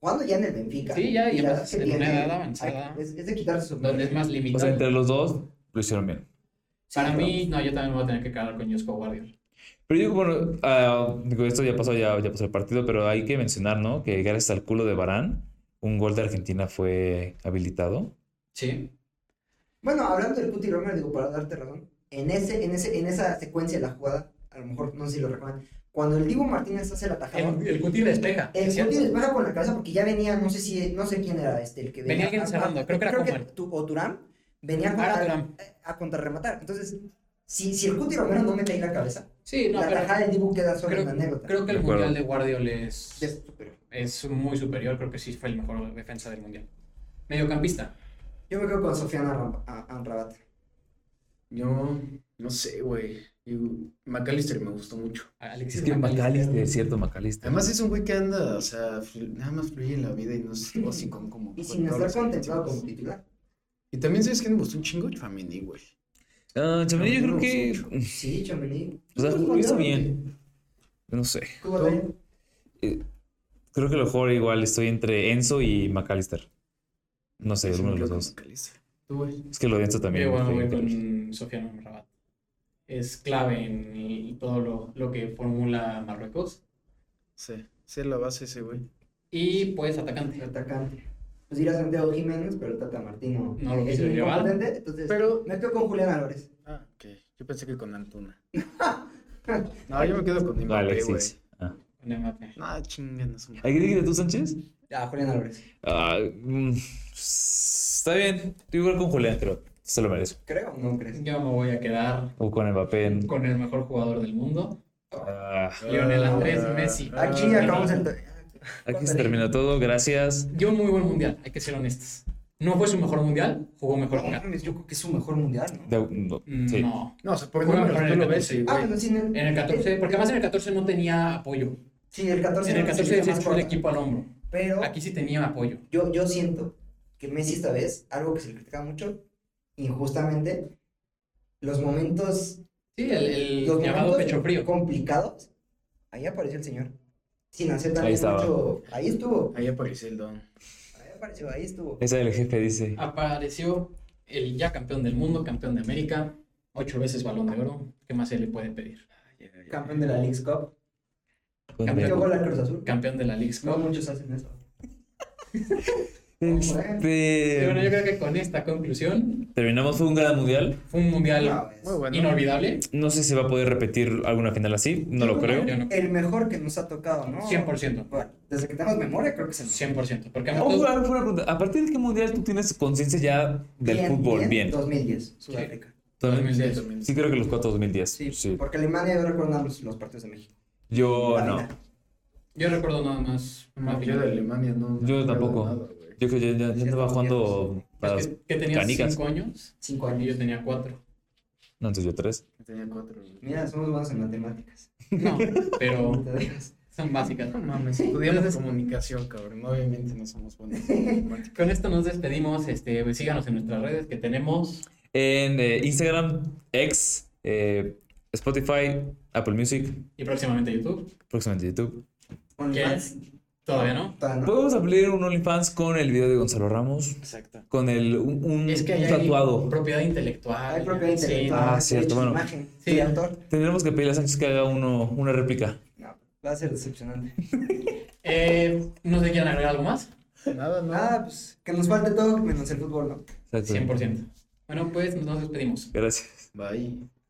Speaker 3: jugando ya en el Benfica.
Speaker 2: Sí, ya-
Speaker 3: Y
Speaker 2: ya
Speaker 3: la
Speaker 2: más
Speaker 3: verdad que
Speaker 2: de
Speaker 3: tiene-
Speaker 2: una edad avanzada.
Speaker 3: ay, Es, es de quitarse su
Speaker 2: Donde es más
Speaker 1: O sea,
Speaker 2: limitado.
Speaker 1: entre los dos lo hicieron bien.
Speaker 2: para mí, no, yo también me voy a tener que quedar con Josko Guardiola.
Speaker 1: Pero digo, bueno, ah, digo, esto ya pasó, ya, ya pasó el partido, pero hay que mencionar, ¿no? Que gracias al culo de Barán, un gol de Argentina fue habilitado.
Speaker 2: Sí.
Speaker 3: Bueno, hablando del Cuti Romero, digo, para darte razón, en, ese, en, ese, en esa secuencia de la jugada, a lo mejor no sé si lo recuerdan, cuando el Dibu Martínez hace la tajada,
Speaker 2: El, el Cuti despeja.
Speaker 3: el
Speaker 2: es cierto.
Speaker 3: Cuti despeja con la cabeza porque ya venía, no sé si, no sé quién era este, el que venía.
Speaker 2: Venía alguien
Speaker 3: Ah,
Speaker 2: cerrando,
Speaker 3: ah,
Speaker 2: creo que era Coman.
Speaker 3: tu- o Turán, venía a,
Speaker 2: Ahora
Speaker 3: contra-
Speaker 2: Durán.
Speaker 3: a contrarrematar. Entonces, si, si el Cuti Romero no mete ahí la cabeza,
Speaker 2: Sí, no,
Speaker 3: la tajada
Speaker 2: pero
Speaker 3: del Dibu queda solo en la anécdota.
Speaker 2: creo que el
Speaker 1: De acuerdo.
Speaker 2: mundial de Guardiola es,
Speaker 3: Es superior.
Speaker 2: es muy superior. Creo que sí fue el mejor defensa del mundial. Mediocampista.
Speaker 3: Yo me quedo con Sofiana Ram- a- Amrabat.
Speaker 4: Yo no sé, güey. Yo- McAllister me gustó mucho.
Speaker 2: Alexis
Speaker 1: Es que Macalister, cierto, Macalister.
Speaker 4: Además es un güey que anda, o sea, flu- nada más fluye en la vida y no es hocicón como...
Speaker 3: Y
Speaker 4: con todos
Speaker 3: sin estar
Speaker 4: los
Speaker 3: contemplado como
Speaker 4: argentinos.
Speaker 3: titular.
Speaker 4: Y también sabes que me gustó un chingo Chouameni, güey.
Speaker 1: Ah, Tchouaméni, yo creo que.
Speaker 3: Sí, Chomení.
Speaker 1: O sea, lo Pues, hizo bien. No sé.
Speaker 3: Cuba también.
Speaker 1: Creo que a lo mejor igual estoy entre Enzo y Macalister. No sé, uno de los dos.
Speaker 4: Tú, güey.
Speaker 1: Es que lo de Enzo también.
Speaker 2: Yo igual me
Speaker 1: fue
Speaker 2: voy
Speaker 1: increíble.
Speaker 2: con Sofiano Amrabat. Es clave en el- todo lo, lo que formula Marruecos.
Speaker 4: Sí, sí, la base ese, güey.
Speaker 2: Y pues atacante.
Speaker 3: atacante. Pues ir a Santiago Jiménez, pero el Tata Martino
Speaker 2: No lo
Speaker 3: es
Speaker 2: quiso
Speaker 3: muy
Speaker 2: llevar.
Speaker 3: competente, entonces
Speaker 4: Pero...
Speaker 3: me quedo con Julián Álvarez.
Speaker 4: Ah, ok. Yo pensé que con Antuna. No, yo me quedo con
Speaker 1: No,
Speaker 4: Mbappé, güey.
Speaker 1: Alexis. Ah.
Speaker 2: con Mbappé.
Speaker 4: No, chingan, es un...
Speaker 1: ¿Hay que decir tú, Sánchez?
Speaker 3: Ah, Julián Álvarez.
Speaker 1: Ah, mm, está bien. Yo igual con Julián, creo. Se lo merece.
Speaker 3: Creo, no crees.
Speaker 2: Yo me voy a quedar
Speaker 1: O con Mbappé. en-
Speaker 2: con el mejor jugador del mundo.
Speaker 1: Ah.
Speaker 2: Lionel Andrés
Speaker 4: Ah,
Speaker 2: Messi.
Speaker 4: ah,
Speaker 3: Aquí
Speaker 2: Ah,
Speaker 3: acabamos el.
Speaker 1: Aquí se termina todo, gracias.
Speaker 2: Dio un muy buen mundial, hay que ser honestos. No fue su mejor mundial, jugó mejor
Speaker 3: No,
Speaker 2: que Qatar.
Speaker 3: mames, yo creo que es su mejor mundial, ¿no?
Speaker 1: De- no, sí.
Speaker 2: Mm, No.
Speaker 4: No, o sea, por
Speaker 2: Fue
Speaker 4: números
Speaker 2: mejor en
Speaker 4: tú
Speaker 2: el
Speaker 4: lo
Speaker 2: 14,
Speaker 4: ves.
Speaker 2: güey.
Speaker 3: Ah, bueno, sí, eh,
Speaker 2: En el 14, porque además en el 14 no tenía apoyo.
Speaker 3: Sí, el 14
Speaker 2: En el
Speaker 3: no,
Speaker 2: 14
Speaker 3: sí,
Speaker 2: se
Speaker 3: más
Speaker 2: echó el
Speaker 3: corta.
Speaker 2: equipo al hombro.
Speaker 3: Pero
Speaker 2: Aquí sí tenía apoyo.
Speaker 3: yo, yo siento que Messi esta vez, algo que se le criticaba mucho, injustamente, los momentos
Speaker 2: Sí, el, el
Speaker 3: los
Speaker 2: llamado
Speaker 3: momentos
Speaker 2: pecho frío.
Speaker 3: complicados, ahí apareció el señor. Sin hacer
Speaker 1: Ahí
Speaker 3: también
Speaker 1: estaba.
Speaker 3: mucho. Ahí estuvo.
Speaker 4: Ahí aparece el don.
Speaker 3: Ahí apareció, ahí estuvo.
Speaker 1: Esa del jefe dice.
Speaker 2: Apareció el ya campeón del mundo, campeón de América, ocho veces balón de oro. ¿Qué más se le puede pedir?
Speaker 3: Campeón de la League's Cup.
Speaker 1: ¿dónde?
Speaker 3: Yo con la Cruz Azul.
Speaker 2: Campeón de la League
Speaker 3: No
Speaker 2: Cup.
Speaker 3: muchos hacen eso. Eh,
Speaker 2: Y bueno, yo
Speaker 1: Este,
Speaker 2: creo que con esta conclusión
Speaker 1: Terminamos, fue un gran mundial.
Speaker 2: fue un mundial
Speaker 3: No, es-
Speaker 4: Muy bueno.
Speaker 2: inolvidable.
Speaker 1: No sé si va a poder repetir alguna final así, no lo creo.
Speaker 2: Yo no-
Speaker 3: El mejor que nos ha tocado, ¿no?
Speaker 2: 100%.
Speaker 3: Bueno, desde que tenemos memoria, creo que se nos.
Speaker 2: 100%. Porque además
Speaker 1: Ojo,
Speaker 2: todo-
Speaker 1: a ver, una pregunta. ¿A partir de qué mundial tú tienes conciencia ya del
Speaker 3: Bien,
Speaker 1: fútbol? Bien.
Speaker 3: 2010, Sudáfrica.
Speaker 1: Entonces,
Speaker 2: 2010.
Speaker 1: Sí, creo que los cuatro 2010.
Speaker 3: Sí,
Speaker 1: Sí.
Speaker 3: Porque Alemania, yo recuerdo nada más los partidos de México.
Speaker 1: Yo
Speaker 3: La
Speaker 1: no.
Speaker 3: final.
Speaker 2: Yo recuerdo nada más.
Speaker 4: No,
Speaker 2: una
Speaker 4: yo
Speaker 2: final.
Speaker 4: de Alemania no. no
Speaker 1: Yo
Speaker 4: recuerdo
Speaker 1: tampoco.
Speaker 4: nada, güey.
Speaker 1: Yo creo que ya, ya- ya andaba
Speaker 3: Estamos
Speaker 1: jugando para
Speaker 2: Es
Speaker 1: las-
Speaker 2: que, que tenías
Speaker 1: canicas.
Speaker 2: cinco años
Speaker 3: Cinco
Speaker 2: y yo
Speaker 3: años.
Speaker 2: tenía cuatro.
Speaker 1: No, entonces yo tres.
Speaker 4: Yo Tenía cuatro. güey.
Speaker 3: Mira, somos buenos en matemáticas.
Speaker 2: No, pero
Speaker 3: Te dejas.
Speaker 2: son básicas.
Speaker 4: No mames, estudiamos comunicación, cabrón. Obviamente no somos buenos.
Speaker 2: Con esto nos despedimos. Este, pues, síganos en nuestras redes que tenemos.
Speaker 1: En eh, Instagram, X, eh, Spotify, Apple Music,
Speaker 2: Y próximamente YouTube.
Speaker 1: próximamente YouTube.
Speaker 3: OnlyFans,
Speaker 2: Todavía no.
Speaker 3: toda, ¿no?
Speaker 1: Podemos abrir un OnlyFans con el video de Gonzalo Ramos,
Speaker 4: Exacto.
Speaker 1: con el, un, un-
Speaker 2: Es que
Speaker 1: un
Speaker 2: ahí hay
Speaker 1: tatuado.
Speaker 2: propiedad intelectual.
Speaker 3: Mm, Hay propiedad
Speaker 2: Sí,
Speaker 3: intelectual.
Speaker 1: Ah, cierto,
Speaker 3: derechos de
Speaker 1: bueno.
Speaker 3: Imagen,
Speaker 2: Sí.
Speaker 3: sí. autor.
Speaker 1: Tendremos que pedirle a Sánchez que haga uno, una réplica.
Speaker 3: No, va a ser decepcionante.
Speaker 2: Eh, no sé quieren agregar algo más.
Speaker 4: Nada, nada.
Speaker 3: Nada, pues que nos falte todo menos el fútbol, ¿no?
Speaker 1: Exacto.
Speaker 2: 100%. Bueno, pues nos despedimos.
Speaker 1: Gracias.
Speaker 4: Bye.